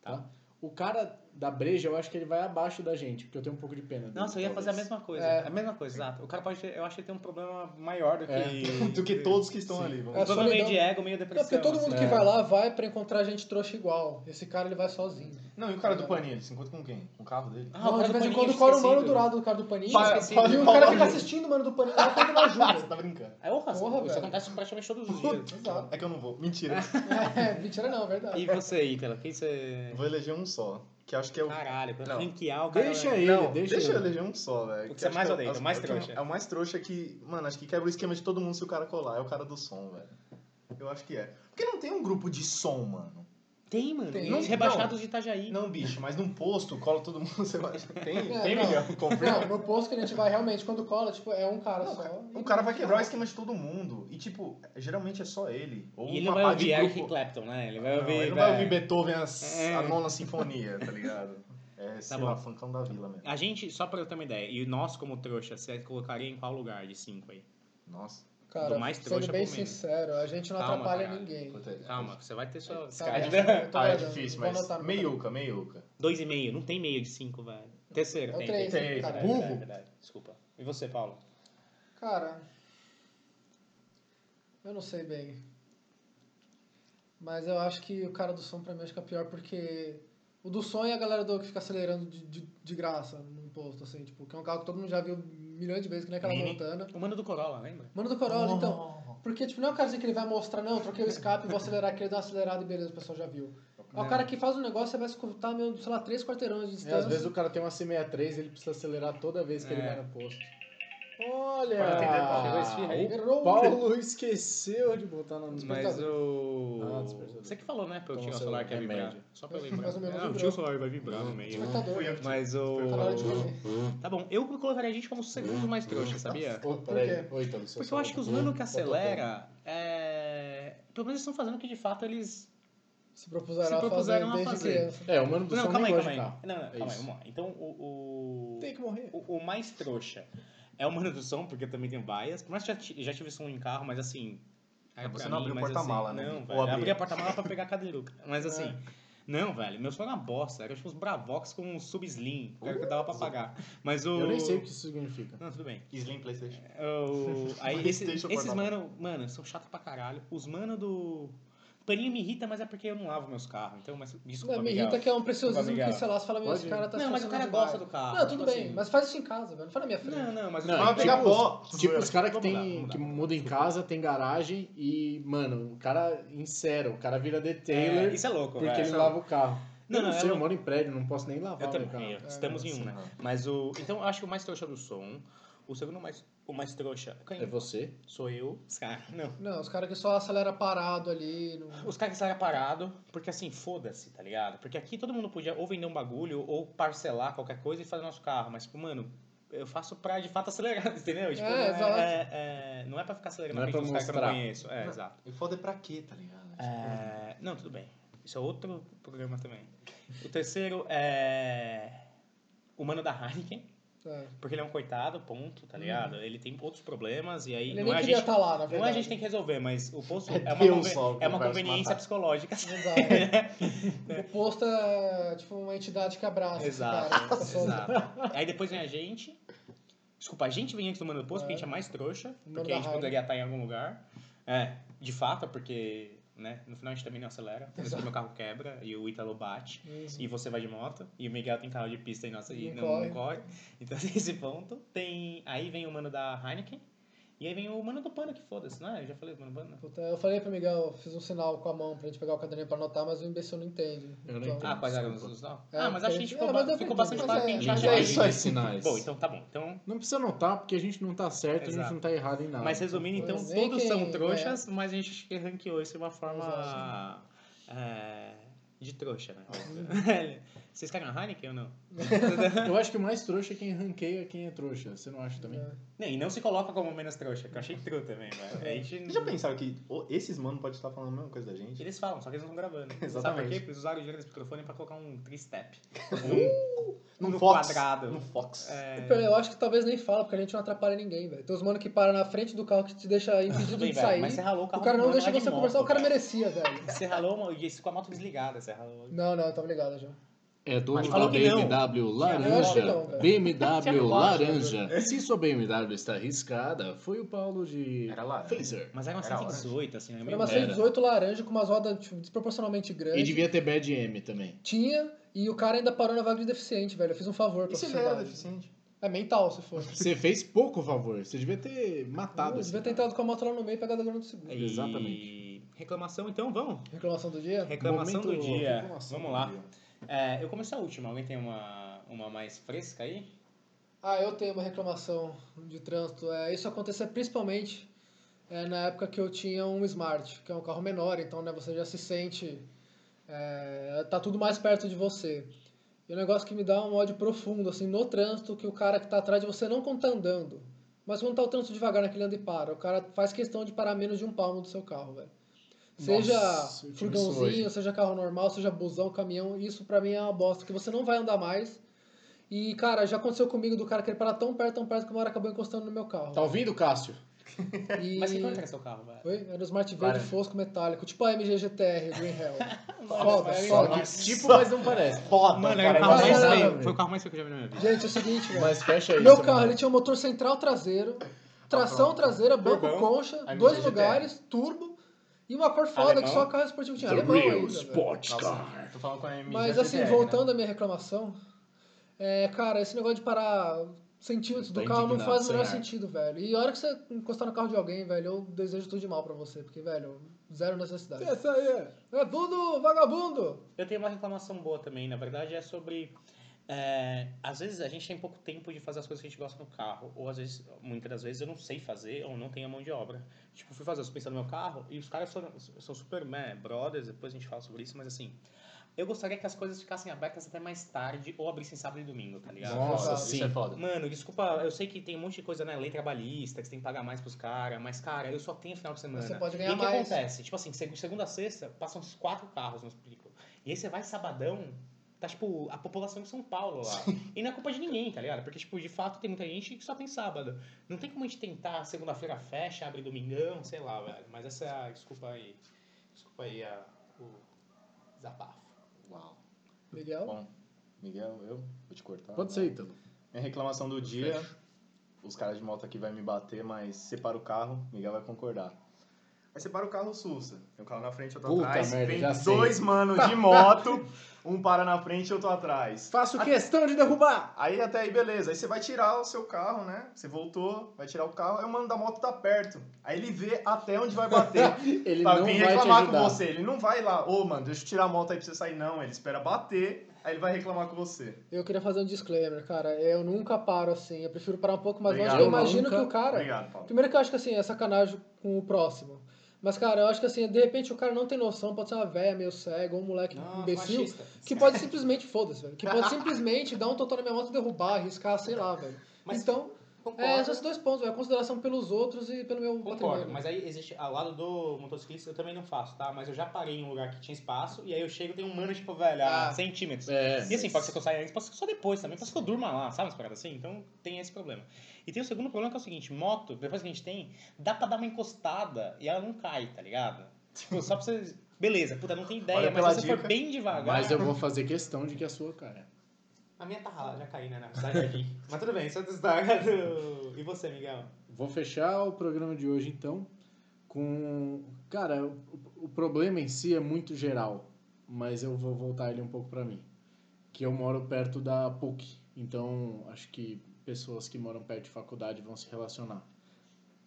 Speaker 2: Tá.
Speaker 4: tá? O cara da breja, eu acho que ele vai abaixo da gente, porque eu tenho um pouco de pena dele.
Speaker 2: Nossa, eu ia
Speaker 4: talvez.
Speaker 2: fazer a mesma coisa.
Speaker 3: É.
Speaker 2: A mesma coisa, exato. O cara pode ter, eu acho que ele tem um problema maior do que.
Speaker 4: É.
Speaker 5: do que todos que estão
Speaker 4: Sim.
Speaker 5: ali. Vamos
Speaker 2: Um
Speaker 3: É.
Speaker 2: problema meio
Speaker 3: solidão.
Speaker 2: de ego, meio
Speaker 3: É
Speaker 2: depressão.
Speaker 3: porque todo mundo
Speaker 2: assim.
Speaker 3: que
Speaker 4: É.
Speaker 3: vai lá vai pra encontrar gente trouxa igual. Esse cara ele vai sozinho.
Speaker 5: Não, e o cara do paninho, ele se encontra com quem? Com o carro dele?
Speaker 2: Ah, o
Speaker 3: não,
Speaker 2: cara
Speaker 3: de
Speaker 2: do
Speaker 3: vez em
Speaker 2: Paninho,
Speaker 3: quando cola o mano
Speaker 2: esquecido.
Speaker 3: do lado do cara do paninho.
Speaker 2: Para,
Speaker 3: esqueci.
Speaker 5: para,
Speaker 3: e o
Speaker 5: para,
Speaker 3: cara fica
Speaker 5: para.
Speaker 3: ajuda. assistindo o mano do paninho lá quando não
Speaker 5: Você
Speaker 3: ajuda.
Speaker 5: tá brincando.
Speaker 2: É honra,
Speaker 3: Porra,
Speaker 2: isso
Speaker 3: velho.
Speaker 2: acontece praticamente todos os dias.
Speaker 3: Exato.
Speaker 5: É que eu não vou. Mentira.
Speaker 3: É, mentira não, é verdade.
Speaker 2: E você, Ítalo, quem você.
Speaker 5: vou eleger um só. Que acho
Speaker 4: Ah,
Speaker 5: que é o.
Speaker 2: Caralho, pra
Speaker 5: Não.
Speaker 2: ranquear o cara.
Speaker 4: Deixa
Speaker 2: né?
Speaker 4: ele,
Speaker 5: Não,
Speaker 4: deixa,
Speaker 5: deixa, eu
Speaker 4: ele.
Speaker 5: eleger um só, velho.
Speaker 2: O que
Speaker 5: que
Speaker 2: você
Speaker 5: acho
Speaker 2: mais
Speaker 5: que
Speaker 2: odeia, o mais trouxa.
Speaker 5: É o mais trouxa que, mano, acho que quebra o esquema de todo mundo se o cara colar. É o cara do som, velho. Eu acho que é. Porque não tem um grupo de som, mano.
Speaker 2: Tem, mano.
Speaker 3: Tem.
Speaker 2: Os rebaixados de Itajaí.
Speaker 5: Não, bicho, mas num posto cola todo mundo. Você vai... Tem,
Speaker 3: É,
Speaker 5: tem
Speaker 3: não.
Speaker 5: Miguel?
Speaker 3: Não,
Speaker 5: Confirma.
Speaker 3: no posto que a gente vai realmente, quando cola, tipo, é um cara
Speaker 5: Não,
Speaker 3: só.
Speaker 5: cara,
Speaker 3: e-
Speaker 5: o cara vai quebrar o esquema de todo mundo. E, tipo, geralmente é só ele. Ou
Speaker 2: E ele não
Speaker 5: uma
Speaker 2: vai
Speaker 5: pá de
Speaker 2: ouvir Eric
Speaker 5: grupo.
Speaker 2: Clapton, né? Ele vai
Speaker 5: Não,
Speaker 2: ouvir.
Speaker 5: ele não vai
Speaker 2: velho.
Speaker 5: ouvir Beethoven as-
Speaker 2: É.
Speaker 5: a nona sinfonia, tá ligado? É, sei
Speaker 2: bom.
Speaker 5: lá, funkão da vila mesmo.
Speaker 2: A gente, só pra eu ter uma ideia, e nós como trouxa, você colocaria em qual lugar de cinco aí?
Speaker 5: Nossa.
Speaker 3: Cara,
Speaker 2: mais trouxa
Speaker 3: sendo bem
Speaker 2: pro menos.
Speaker 3: sincero, a gente não
Speaker 2: Calma, tá
Speaker 3: atrapalha
Speaker 2: caralho.
Speaker 3: ninguém.
Speaker 5: puta, é-
Speaker 2: Calma, você vai ter sua.
Speaker 3: Tá,
Speaker 2: Cara,
Speaker 3: essa eu tô
Speaker 5: Ah, é
Speaker 3: guardando,
Speaker 5: difícil,
Speaker 3: vou
Speaker 5: mas
Speaker 3: anotar no
Speaker 5: meiuca, meiuca.
Speaker 2: Dois e meio, não tem meio de cinco, velho. Terceiro,
Speaker 3: É o
Speaker 2: tem.
Speaker 3: três,
Speaker 2: tem,
Speaker 5: cara.
Speaker 2: verdade,
Speaker 5: Burro.
Speaker 2: verdade, verdade. Desculpa. E você, Paulo?
Speaker 3: Cara, eu não sei bem. Mas eu acho que o cara do som pra mim acho que é pior porque o do som é a galera do que fica acelerando de, de, de graça no posto, assim, tipo, que é um carro que todo mundo já viu milhões de vezes, que nem aquela
Speaker 2: Mini.
Speaker 3: montana.
Speaker 2: O mano do Corolla, lembra?
Speaker 3: Mano do Corolla, então. Porque, tipo, não é o cara assim que ele vai mostrar, não, eu troquei o escape, vou acelerar aqui, ele dá uma acelerada e beleza, o pessoal já viu. É o cara que faz um negócio, você vai escutar, meu, sei lá, três quarteirões de
Speaker 4: É,
Speaker 3: distância.
Speaker 4: às vezes o cara tem uma C63 ele precisa acelerar toda vez que ele
Speaker 2: É.
Speaker 4: vai no posto. Ah,
Speaker 2: Olha, tem detalhe. Chegou
Speaker 4: Olha!
Speaker 2: esse fio aí.
Speaker 4: O Paulo esqueceu de botar na
Speaker 2: Mas o.
Speaker 4: Ah, despertador.
Speaker 2: Você que falou, né? Pra eu
Speaker 4: Toma
Speaker 2: tirar o
Speaker 4: seu
Speaker 2: celular que ia vibrar.
Speaker 4: remédio.
Speaker 2: Só pra eu lembrar.
Speaker 3: Mais ou menos
Speaker 2: Ah, o
Speaker 3: vibrou.
Speaker 2: tio celular vai vibrar no meio. né?
Speaker 3: Despertador.
Speaker 2: Mas o.
Speaker 3: Tá na hora de dormir.
Speaker 2: Tá bom, eu colocaria a gente como o segundo mais trouxa, sabia?
Speaker 4: Ô,
Speaker 3: Por
Speaker 4: Tá peraí,
Speaker 3: quê?
Speaker 4: ô, Ítalo, seu
Speaker 2: Porque eu
Speaker 4: celular
Speaker 2: acho que os
Speaker 4: tá-
Speaker 2: mano que
Speaker 4: Hum,
Speaker 2: acelera. É... Pelo menos eles estão fazendo o que de fato eles.
Speaker 3: Se propuseram,
Speaker 2: Se propuseram
Speaker 3: a
Speaker 2: a
Speaker 3: fazer desde
Speaker 2: fazer.
Speaker 3: criança.
Speaker 4: É, o mano do
Speaker 2: Não,
Speaker 4: som
Speaker 2: calma
Speaker 4: nem
Speaker 2: aí,
Speaker 4: gosta
Speaker 2: calma aí.
Speaker 4: de carro.
Speaker 2: Não, não,
Speaker 4: É
Speaker 2: calma aí,
Speaker 4: isso.
Speaker 2: vamos lá. Então o. o...
Speaker 4: Tem que morrer.
Speaker 2: O, o mais trouxa é o mano do som, porque eu também tenho bias. Por mais que eu já, ti- já tive som em carro, mas assim.
Speaker 5: É,
Speaker 2: era
Speaker 5: você
Speaker 2: pra
Speaker 5: não
Speaker 2: mim,
Speaker 5: abriu o
Speaker 2: mas, assim,
Speaker 5: porta-mala, né?
Speaker 2: Não,
Speaker 5: Ou
Speaker 2: velho. Eu
Speaker 5: abriu.
Speaker 2: abri a porta-mala pra pegar a cadeiruca. Mas assim.
Speaker 4: É.
Speaker 2: Não, velho, meu som era uma bosta. Era tipo uns Bravox com um sub-slim, que era o que dava pra pagar. Mas o.
Speaker 4: Eu nem sei o que isso significa.
Speaker 2: Não, tudo bem.
Speaker 5: Slim Playstation.
Speaker 2: É O- Aí esse- esses,
Speaker 5: PlayStation porta-mala.
Speaker 2: mano, mano, são chatos pra caralho. Os mano do. Paninho me irrita, mas é porque eu não lavo meus carros. Então, mas desculpa,
Speaker 3: Não, me
Speaker 2: Miguel.
Speaker 3: irrita que é um preciosismo
Speaker 2: Miguel.
Speaker 3: que, sei lá, você fala, meu, esse
Speaker 4: Pode ir.
Speaker 3: cara tá
Speaker 2: Não, mas o
Speaker 3: esforçando
Speaker 2: cara
Speaker 3: demais.
Speaker 2: gosta do carro.
Speaker 3: Não, tudo
Speaker 2: tipo
Speaker 3: bem,
Speaker 2: assim.
Speaker 3: mas é faz isso em casa, velho. Não fala na minha frente.
Speaker 2: Não, não, mas
Speaker 4: Não,
Speaker 5: Vai
Speaker 4: e
Speaker 5: pegar
Speaker 4: tipo-
Speaker 5: pó.
Speaker 4: Tipo, os caras que,
Speaker 2: Vamos lá,
Speaker 4: tem,
Speaker 2: vamos
Speaker 4: que
Speaker 2: lá.
Speaker 4: mudam em casa, tem garagem e, mano, o cara encera, o cara vira
Speaker 2: É,
Speaker 4: detailer
Speaker 2: isso é louco,
Speaker 4: porque
Speaker 2: velho.
Speaker 4: ele lava o carro. Não,
Speaker 2: Não,
Speaker 4: eu não,
Speaker 2: não,
Speaker 4: sei,
Speaker 2: ela-
Speaker 4: eu moro em prédio, não posso nem lavar né,
Speaker 2: Eu
Speaker 4: o
Speaker 2: também,
Speaker 4: carro.
Speaker 2: eu- estamos
Speaker 4: É,
Speaker 2: em um, né? Mas o. Então, eu acho que o mais trouxa do som. O segundo mais, o mais trouxa. Quem?
Speaker 4: É você?
Speaker 2: Sou eu. Os caras. Não.
Speaker 3: Não, os caras que só acelera parado ali. não- é.
Speaker 2: Os caras que saem parado, porque assim, foda-se, tá ligado? Porque aqui todo mundo podia ou vender um bagulho, ou parcelar qualquer coisa e fazer nosso carro. Mas, tipo, mano, eu faço pra de fato acelerar, entendeu? Tipo,
Speaker 3: É,
Speaker 2: não, é,
Speaker 3: exato.
Speaker 2: é- é- não é pra ficar acelerando
Speaker 4: Não é
Speaker 2: na frente
Speaker 4: pra
Speaker 2: dos caras que eu não
Speaker 4: mostrar.
Speaker 2: conheço. É,
Speaker 5: Não.
Speaker 2: exato.
Speaker 5: E foda pra quê, tá ligado?
Speaker 2: É, não, tudo bem. Isso é outro programa também. O terceiro é. O mano da Heineken.
Speaker 3: é.
Speaker 2: Porque ele é um coitado, ponto, tá ligado? Ele tem outros problemas e aí
Speaker 3: Hum. Ele
Speaker 2: não,
Speaker 3: nem
Speaker 2: é a
Speaker 3: queria tá
Speaker 2: gente,
Speaker 3: estar lá, na verdade.
Speaker 2: não é a gente tem que resolver, mas o posto
Speaker 5: É
Speaker 2: é, uma,
Speaker 5: Deus
Speaker 2: conven-
Speaker 5: só que
Speaker 2: é uma
Speaker 5: vai se
Speaker 2: conveniência
Speaker 5: matar.
Speaker 2: psicológica.
Speaker 3: Exato. O posto é tipo uma entidade que abraça. esse
Speaker 2: Exato,
Speaker 3: cara, né? essa pessoa.
Speaker 2: exato. Aí depois vem a gente. Desculpa, a gente vem antes do mano do posto, porque a gente é mais trouxa,
Speaker 3: Mano
Speaker 2: porque
Speaker 3: da
Speaker 2: a gente
Speaker 3: raiva.
Speaker 2: poderia estar em algum lugar. É, de fato, porque né, no final a gente também não acelera, por isso que meu carro quebra e o Ítalo bate.
Speaker 3: Isso.
Speaker 2: E você vai de moto, e o Miguel tem carro de pista e nossa, e
Speaker 3: Não
Speaker 2: não, não corre.
Speaker 3: corre.
Speaker 2: Então tem esse ponto. Tem. Aí vem o mano da Heineken. E aí vem o mano do pano, que foda-se, não é? Eu já falei do mano do pano. né?
Speaker 3: Puta, eu falei pro Miguel, fiz um sinal com a mão pra gente pegar o caderninho pra anotar, mas o imbecil não entende. Então,
Speaker 4: Eu não entendo.
Speaker 2: Ah, quais eram os
Speaker 4: desculpa.
Speaker 2: os- não?
Speaker 3: É,
Speaker 2: Ah, mas acho que a gente
Speaker 3: porque-
Speaker 2: ficou, ba-
Speaker 3: é, mas eu
Speaker 2: ficou
Speaker 3: entendi,
Speaker 2: bastante
Speaker 3: mas
Speaker 2: claro que a
Speaker 3: é-
Speaker 2: gente acha
Speaker 4: Linguagem
Speaker 5: Linguagem
Speaker 2: isso.
Speaker 5: só
Speaker 4: de
Speaker 5: é sinais.
Speaker 2: Bom, então tá bom. Então
Speaker 4: Não precisa notar, porque a gente não tá certo, a gente
Speaker 2: Exato.
Speaker 4: não tá errado em nada.
Speaker 2: Mas resumindo, então,
Speaker 3: Pois é,
Speaker 2: todos
Speaker 3: quem
Speaker 2: são trouxas, mas a gente acho que ranqueou isso de uma forma
Speaker 3: Exato.
Speaker 2: é, de trouxa, né? Óbvio. Vocês querem a Heineken ou não?
Speaker 4: Eu acho que o mais trouxa é quem ranqueia quem é trouxa. Você não acha também?
Speaker 3: É.
Speaker 2: não? E não se coloca como menos trouxa, que eu achei true também, velho. A gente-
Speaker 5: Vocês
Speaker 3: É.
Speaker 5: já pensaram que o- esses mano podem estar falando a mesma coisa da gente?
Speaker 2: Eles falam, só que eles não estão gravando. Sabe por
Speaker 5: Exatamente.
Speaker 2: quê? Porque eles usaram o dinheiro desse microfone pra colocar um three-step. Um,
Speaker 5: Num
Speaker 2: no
Speaker 5: Fox.
Speaker 2: quadrado.
Speaker 5: No Fox.
Speaker 2: é,
Speaker 3: Eu acho que talvez nem fala, porque a gente não atrapalha ninguém, velho. Tem uns mano que para na frente do carro que te deixa impedido
Speaker 2: tudo bem,
Speaker 3: de
Speaker 2: velho,
Speaker 3: sair.
Speaker 2: mas é você ralou o carro
Speaker 3: o cara
Speaker 2: do
Speaker 3: não
Speaker 2: mano lá
Speaker 3: deixa
Speaker 2: de
Speaker 3: você
Speaker 2: moto,
Speaker 3: conversar, o cara
Speaker 2: velho.
Speaker 3: merecia, velho.
Speaker 2: Você ralou, uma- e isso com a moto desligada, você ralou.
Speaker 3: Não, não, eu tava ligado já.
Speaker 4: É dono
Speaker 2: Mas
Speaker 4: da
Speaker 2: falou que não.
Speaker 4: BMW
Speaker 3: Eu acho que
Speaker 4: laranja.
Speaker 3: não, velho.
Speaker 4: BMW
Speaker 2: Eu acho,
Speaker 4: laranja. Se sua BMW está riscada, foi o Paulo de
Speaker 5: Era laranja.
Speaker 4: Phaser.
Speaker 2: Mas era uma
Speaker 5: Era
Speaker 2: 118, assim, era
Speaker 3: Era
Speaker 2: meio...
Speaker 3: uma
Speaker 4: Era.
Speaker 3: 118 laranja com umas rodas tipo, desproporcionalmente
Speaker 4: E
Speaker 3: grandes.
Speaker 4: devia ter Bad M também.
Speaker 3: Tinha, e o cara ainda parou na vaga de deficiente, velho. Eu fiz um favor pra
Speaker 5: E se ele
Speaker 3: você.
Speaker 5: era deficiente?
Speaker 3: É mental, se for.
Speaker 4: Você fez pouco favor. Você devia ter matado.
Speaker 3: Eu
Speaker 4: esse
Speaker 3: devia ter
Speaker 4: cara.
Speaker 3: entrado com a moto lá no meio e pegado a grana do
Speaker 4: É.
Speaker 3: segundo.
Speaker 2: E-
Speaker 4: Exatamente.
Speaker 2: Reclamação, então, vamos.
Speaker 3: Reclamação do dia?
Speaker 2: Reclamação
Speaker 4: Momento-
Speaker 2: do dia.
Speaker 4: reclamação
Speaker 2: Vamos
Speaker 4: do
Speaker 2: lá.
Speaker 4: dia.
Speaker 2: É, eu comecei a última. Alguém tem uma, uma mais fresca aí?
Speaker 3: Ah, eu tenho uma reclamação de trânsito. É, isso acontecia principalmente é, na época que eu tinha um Smart, que é um carro menor, então né, você já se sente. É, tá tudo mais perto de você. E o um negócio que me dá um ódio profundo, assim, no trânsito, que o cara que tá atrás de você não quando tá andando. Mas quando tá o trânsito devagar naquele anda e para, o cara faz questão de parar menos de um palmo do seu carro, velho. Seja
Speaker 4: Nossa, eu tive isso
Speaker 3: furgãozinho,
Speaker 4: hoje.
Speaker 3: seja carro normal, seja busão, caminhão, isso pra mim é uma bosta, que você não vai andar mais. E, cara, já aconteceu comigo do cara querer parar tão perto, tão perto, que uma hora acabou encostando no meu carro.
Speaker 4: Tá ouvindo, Cássio?
Speaker 3: E...
Speaker 2: Mas que cor que era seu carro, velho?
Speaker 3: Oi? Era um Smart Verde
Speaker 2: né?
Speaker 5: Laranja.
Speaker 3: fosco metálico, tipo a MG GTR, Green Hell.
Speaker 2: Nossa, é
Speaker 3: Foda,
Speaker 2: velho.
Speaker 3: foda.
Speaker 4: Que tipo, mas não parece.
Speaker 5: Foda,
Speaker 2: Mano, é era o
Speaker 5: cara.
Speaker 2: carro
Speaker 3: Não,
Speaker 2: mais
Speaker 3: não,
Speaker 2: feio.
Speaker 3: não.
Speaker 2: Foi o carro mais feio que eu já vi na minha vida.
Speaker 3: Gente, é o seguinte, velho.
Speaker 4: Mas é né? fecha aí.
Speaker 3: Meu
Speaker 4: seu
Speaker 3: carro,
Speaker 4: maluco.
Speaker 3: ele tinha um motor central traseiro,
Speaker 4: Ah,
Speaker 3: tração traseira, banco
Speaker 2: Turbão.
Speaker 3: concha,
Speaker 5: MG
Speaker 3: dois
Speaker 5: GTR.
Speaker 3: lugares, turbo e uma cor foda
Speaker 2: Alemão.
Speaker 3: que só carro esportivo tinha.
Speaker 4: The
Speaker 3: Alemão
Speaker 4: real
Speaker 3: ainda, velho.
Speaker 4: sports car.
Speaker 5: Nossa, tô falando com a MG
Speaker 3: Mas assim, voltando
Speaker 4: né?
Speaker 3: à minha reclamação, é, cara, esse negócio de parar centímetros
Speaker 4: Tá
Speaker 3: do carro não
Speaker 4: indignado,
Speaker 3: faz o menor
Speaker 4: sem ar.
Speaker 3: sentido, velho. E a hora que você encostar no carro de alguém, velho, eu desejo tudo de mal pra você, porque, velho, zero necessidade.
Speaker 4: Essa aí é.
Speaker 3: É bundo, vagabundo!
Speaker 2: Eu tenho uma reclamação boa também, na verdade, é sobre. é, às vezes a gente tem pouco tempo de fazer as coisas que a gente gosta no carro, ou às vezes, muitas das vezes eu não sei fazer ou não tenho a mão de obra. Tipo, fui fazer a suspensão do meu carro e os caras foram, são super né, brothers, depois a gente fala sobre isso, mas assim, eu gostaria que as coisas ficassem abertas até mais tarde ou abrissem sábado e domingo, tá ligado?
Speaker 4: Nossa,
Speaker 3: Exato.
Speaker 4: sim.
Speaker 5: Isso é foda.
Speaker 2: Mano, desculpa, eu sei que tem um monte de coisa na lei trabalhista, que você tem que pagar mais pros caras, mas, cara, eu só tenho final de semana.
Speaker 3: Você pode
Speaker 2: e
Speaker 3: ganhar
Speaker 2: o que
Speaker 3: mais.
Speaker 2: acontece? Tipo assim, seg- segunda a sexta, passam uns quatro carros no ciclo. E aí você vai sabadão, tá tipo a população de São Paulo lá. E não é culpa de ninguém, tá ligado? Porque, tipo, de fato tem muita gente que só tem sábado. Não tem como a gente tentar, segunda-feira fecha, abre domingão, sei lá, velho. Mas essa é a. Desculpa aí. Desculpa aí a, o desabafo.
Speaker 5: Uau.
Speaker 3: Miguel?
Speaker 5: Bom, Miguel, eu vou te cortar.
Speaker 4: Pode
Speaker 5: né?
Speaker 4: ser, então. Ítalo.
Speaker 5: Minha reclamação do dia, os caras de moto aqui vai me bater, mas separa o carro, Miguel vai concordar. Aí você para o carro sussa. Tem um carro na frente, outro
Speaker 4: Puta
Speaker 5: atrás.
Speaker 4: merda,
Speaker 5: Vem
Speaker 4: já sei.
Speaker 5: dois manos de moto, um para na frente e outro atrás.
Speaker 4: Faço questão de derrubar!
Speaker 5: Aí até aí, beleza. Aí você vai tirar o seu carro, né? Você voltou, vai tirar o carro, aí o mano da moto tá perto. Aí ele vê até onde vai bater.
Speaker 4: Ele
Speaker 5: pra
Speaker 4: não
Speaker 5: vir
Speaker 4: vai te
Speaker 5: reclamar com
Speaker 4: ajudar.
Speaker 5: você. Ele não vai lá, ô mano, deixa eu tirar a moto aí pra você sair. Não, ele espera bater, aí ele vai reclamar com você.
Speaker 3: Eu queria fazer um disclaimer, cara. Eu nunca paro assim. Eu prefiro parar um pouco mais longe,
Speaker 5: Obrigado.
Speaker 3: porque eu imagino
Speaker 4: Eu nunca-
Speaker 3: que o cara.
Speaker 5: Obrigado, Paulo.
Speaker 3: Primeiro que eu acho que assim, é sacanagem com o próximo. Mas, cara, eu acho que assim, de repente o cara não tem noção, pode ser uma velha meio cega, ou um moleque imbecil, que pode simplesmente, foda-se, velho, que pode simplesmente dar um totó na minha moto e derrubar, arriscar, sei lá, velho.
Speaker 6: Mas
Speaker 3: então,
Speaker 6: Concordo,
Speaker 3: é, são esses dois pontos, velho, consideração pelos outros e pelo meu
Speaker 6: concordo.
Speaker 3: patrimônio.
Speaker 6: Mas aí existe, ao lado do motociclista eu também não faço, tá? Mas eu já parei em um lugar que tinha espaço, e aí eu chego e tem um mano, tipo, velho, a
Speaker 2: Ah.
Speaker 6: centímetros.
Speaker 4: É.
Speaker 6: E assim, pode ser que eu saia antes, pode ser que eu só depois também, pode ser que eu durma lá, sabe? Umas paradas assim, então tem esse problema. E tem o segundo problema que é o seguinte: moto, depois que a gente tem, dá pra dar uma encostada e ela não cai, tá ligado? Tipo, só pra você. Beleza, puta, não tem ideia,
Speaker 5: Olha
Speaker 6: mas
Speaker 5: pela
Speaker 6: se você for
Speaker 5: dica.
Speaker 6: bem devagar.
Speaker 4: Mas eu vou fazer questão de que a sua cara.
Speaker 6: A minha tá rala, já caí, né? Na verdade, aqui. mas tudo bem, só destaca do. E você, Miguel?
Speaker 4: Vou fechar o programa de hoje, então, com... Cara, o, o problema em si é muito geral, mas eu vou voltar ele um pouco pra mim. Que eu moro perto da PUC, então acho que pessoas que moram perto de faculdade vão se relacionar.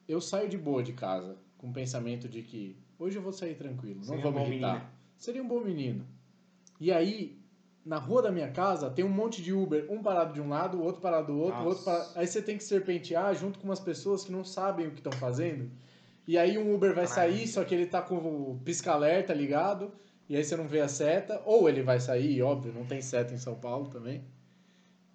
Speaker 4: Eu saio de boa de casa, com o pensamento de que hoje eu vou sair tranquilo, não
Speaker 6: Seria
Speaker 4: vou
Speaker 6: um
Speaker 4: me
Speaker 6: bom
Speaker 4: irritar.
Speaker 6: menino.
Speaker 4: Seria um bom menino. E aí, na rua da minha casa, tem um monte de Uber, um parado de um lado, o outro parado do outro, o outro
Speaker 6: Nossa.
Speaker 4: parado... Aí você tem que serpentear junto com umas pessoas que não sabem o que estão fazendo. E aí um Uber vai sair, só que ele tá com o pisca-alerta ligado, e aí você não vê a seta, ou ele vai sair, óbvio, não tem seta em São Paulo também.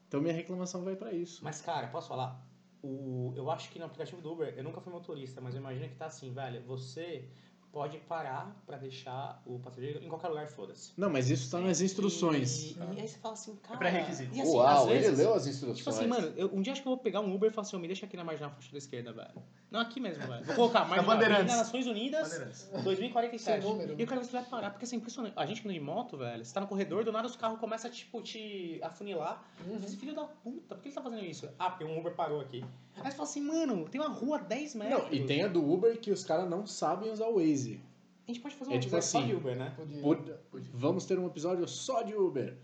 Speaker 4: Então minha reclamação vai pra isso.
Speaker 6: Mas, cara, posso falar? O, eu acho que no aplicativo do Uber, eu nunca fui motorista, mas eu imagino que tá assim, velho. Você pode parar pra deixar o passageiro em qualquer lugar, foda-se.
Speaker 4: Não, mas isso tá nas instruções.
Speaker 6: E, e aí você fala assim, cara.
Speaker 5: pré-requisito.
Speaker 6: E assim, às vezes,
Speaker 4: as instruções.
Speaker 2: Tipo assim, mano, eu- um dia acho que eu vou pegar um Uber e falar assim, ó, me deixa aqui na marginal faixa da esquerda, velho. Não, aqui mesmo, velho. Vou colocar marginal
Speaker 5: Bandeirantes.
Speaker 2: na Nações Unidas,
Speaker 5: Bandeirantes.
Speaker 6: 2047.
Speaker 3: Sem número.
Speaker 2: E o cara você vai parar, porque assim, impressionante. A gente anda de moto, velho, você tá no corredor, do nada os carros começam a, tipo, te afunilar.
Speaker 3: Uhum.
Speaker 2: Esse filho da puta, por que ele tá fazendo isso? Ah, porque um Uber parou aqui. Aí você fala assim, mano, tem uma rua a 10
Speaker 6: é
Speaker 2: metros.
Speaker 4: Não, e tem a do Uber que os caras não sabem usar o Waze.
Speaker 2: A gente pode fazer
Speaker 4: É
Speaker 2: um
Speaker 4: tipo
Speaker 2: episódio só
Speaker 4: assim,
Speaker 2: de Uber, né?
Speaker 3: Podia.
Speaker 4: Por- Vamos ter um episódio só de Uber.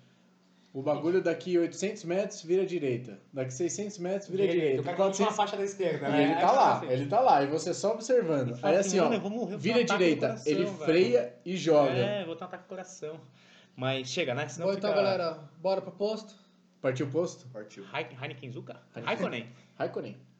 Speaker 4: O bagulho daqui 800 metros vira direita. Daqui 600 metros vira
Speaker 6: O
Speaker 4: direita.
Speaker 6: cara continua na
Speaker 4: 400...
Speaker 6: faixa da esquerda,
Speaker 4: E
Speaker 6: né?
Speaker 4: ele
Speaker 2: É
Speaker 6: Aí
Speaker 4: tá
Speaker 6: você fala
Speaker 4: lá,
Speaker 6: assim,
Speaker 4: ele tá lá, e você só observando. Aí assim,
Speaker 2: mano, eu
Speaker 4: ó,
Speaker 2: vou morrer, eu vou ter um
Speaker 4: vira
Speaker 2: ataque no
Speaker 4: direita,
Speaker 2: coração,
Speaker 4: ele
Speaker 2: velho.
Speaker 4: freia e joga.
Speaker 2: É, vou ter um ataque no coração. Mas chega, né? Senão
Speaker 3: Bom,
Speaker 2: fica...
Speaker 3: então, galera, bora pro posto?
Speaker 4: Partiu o posto?
Speaker 5: Partiu.
Speaker 2: Hei- Heineken Zuka? Raikkonen.
Speaker 4: Raikkonen.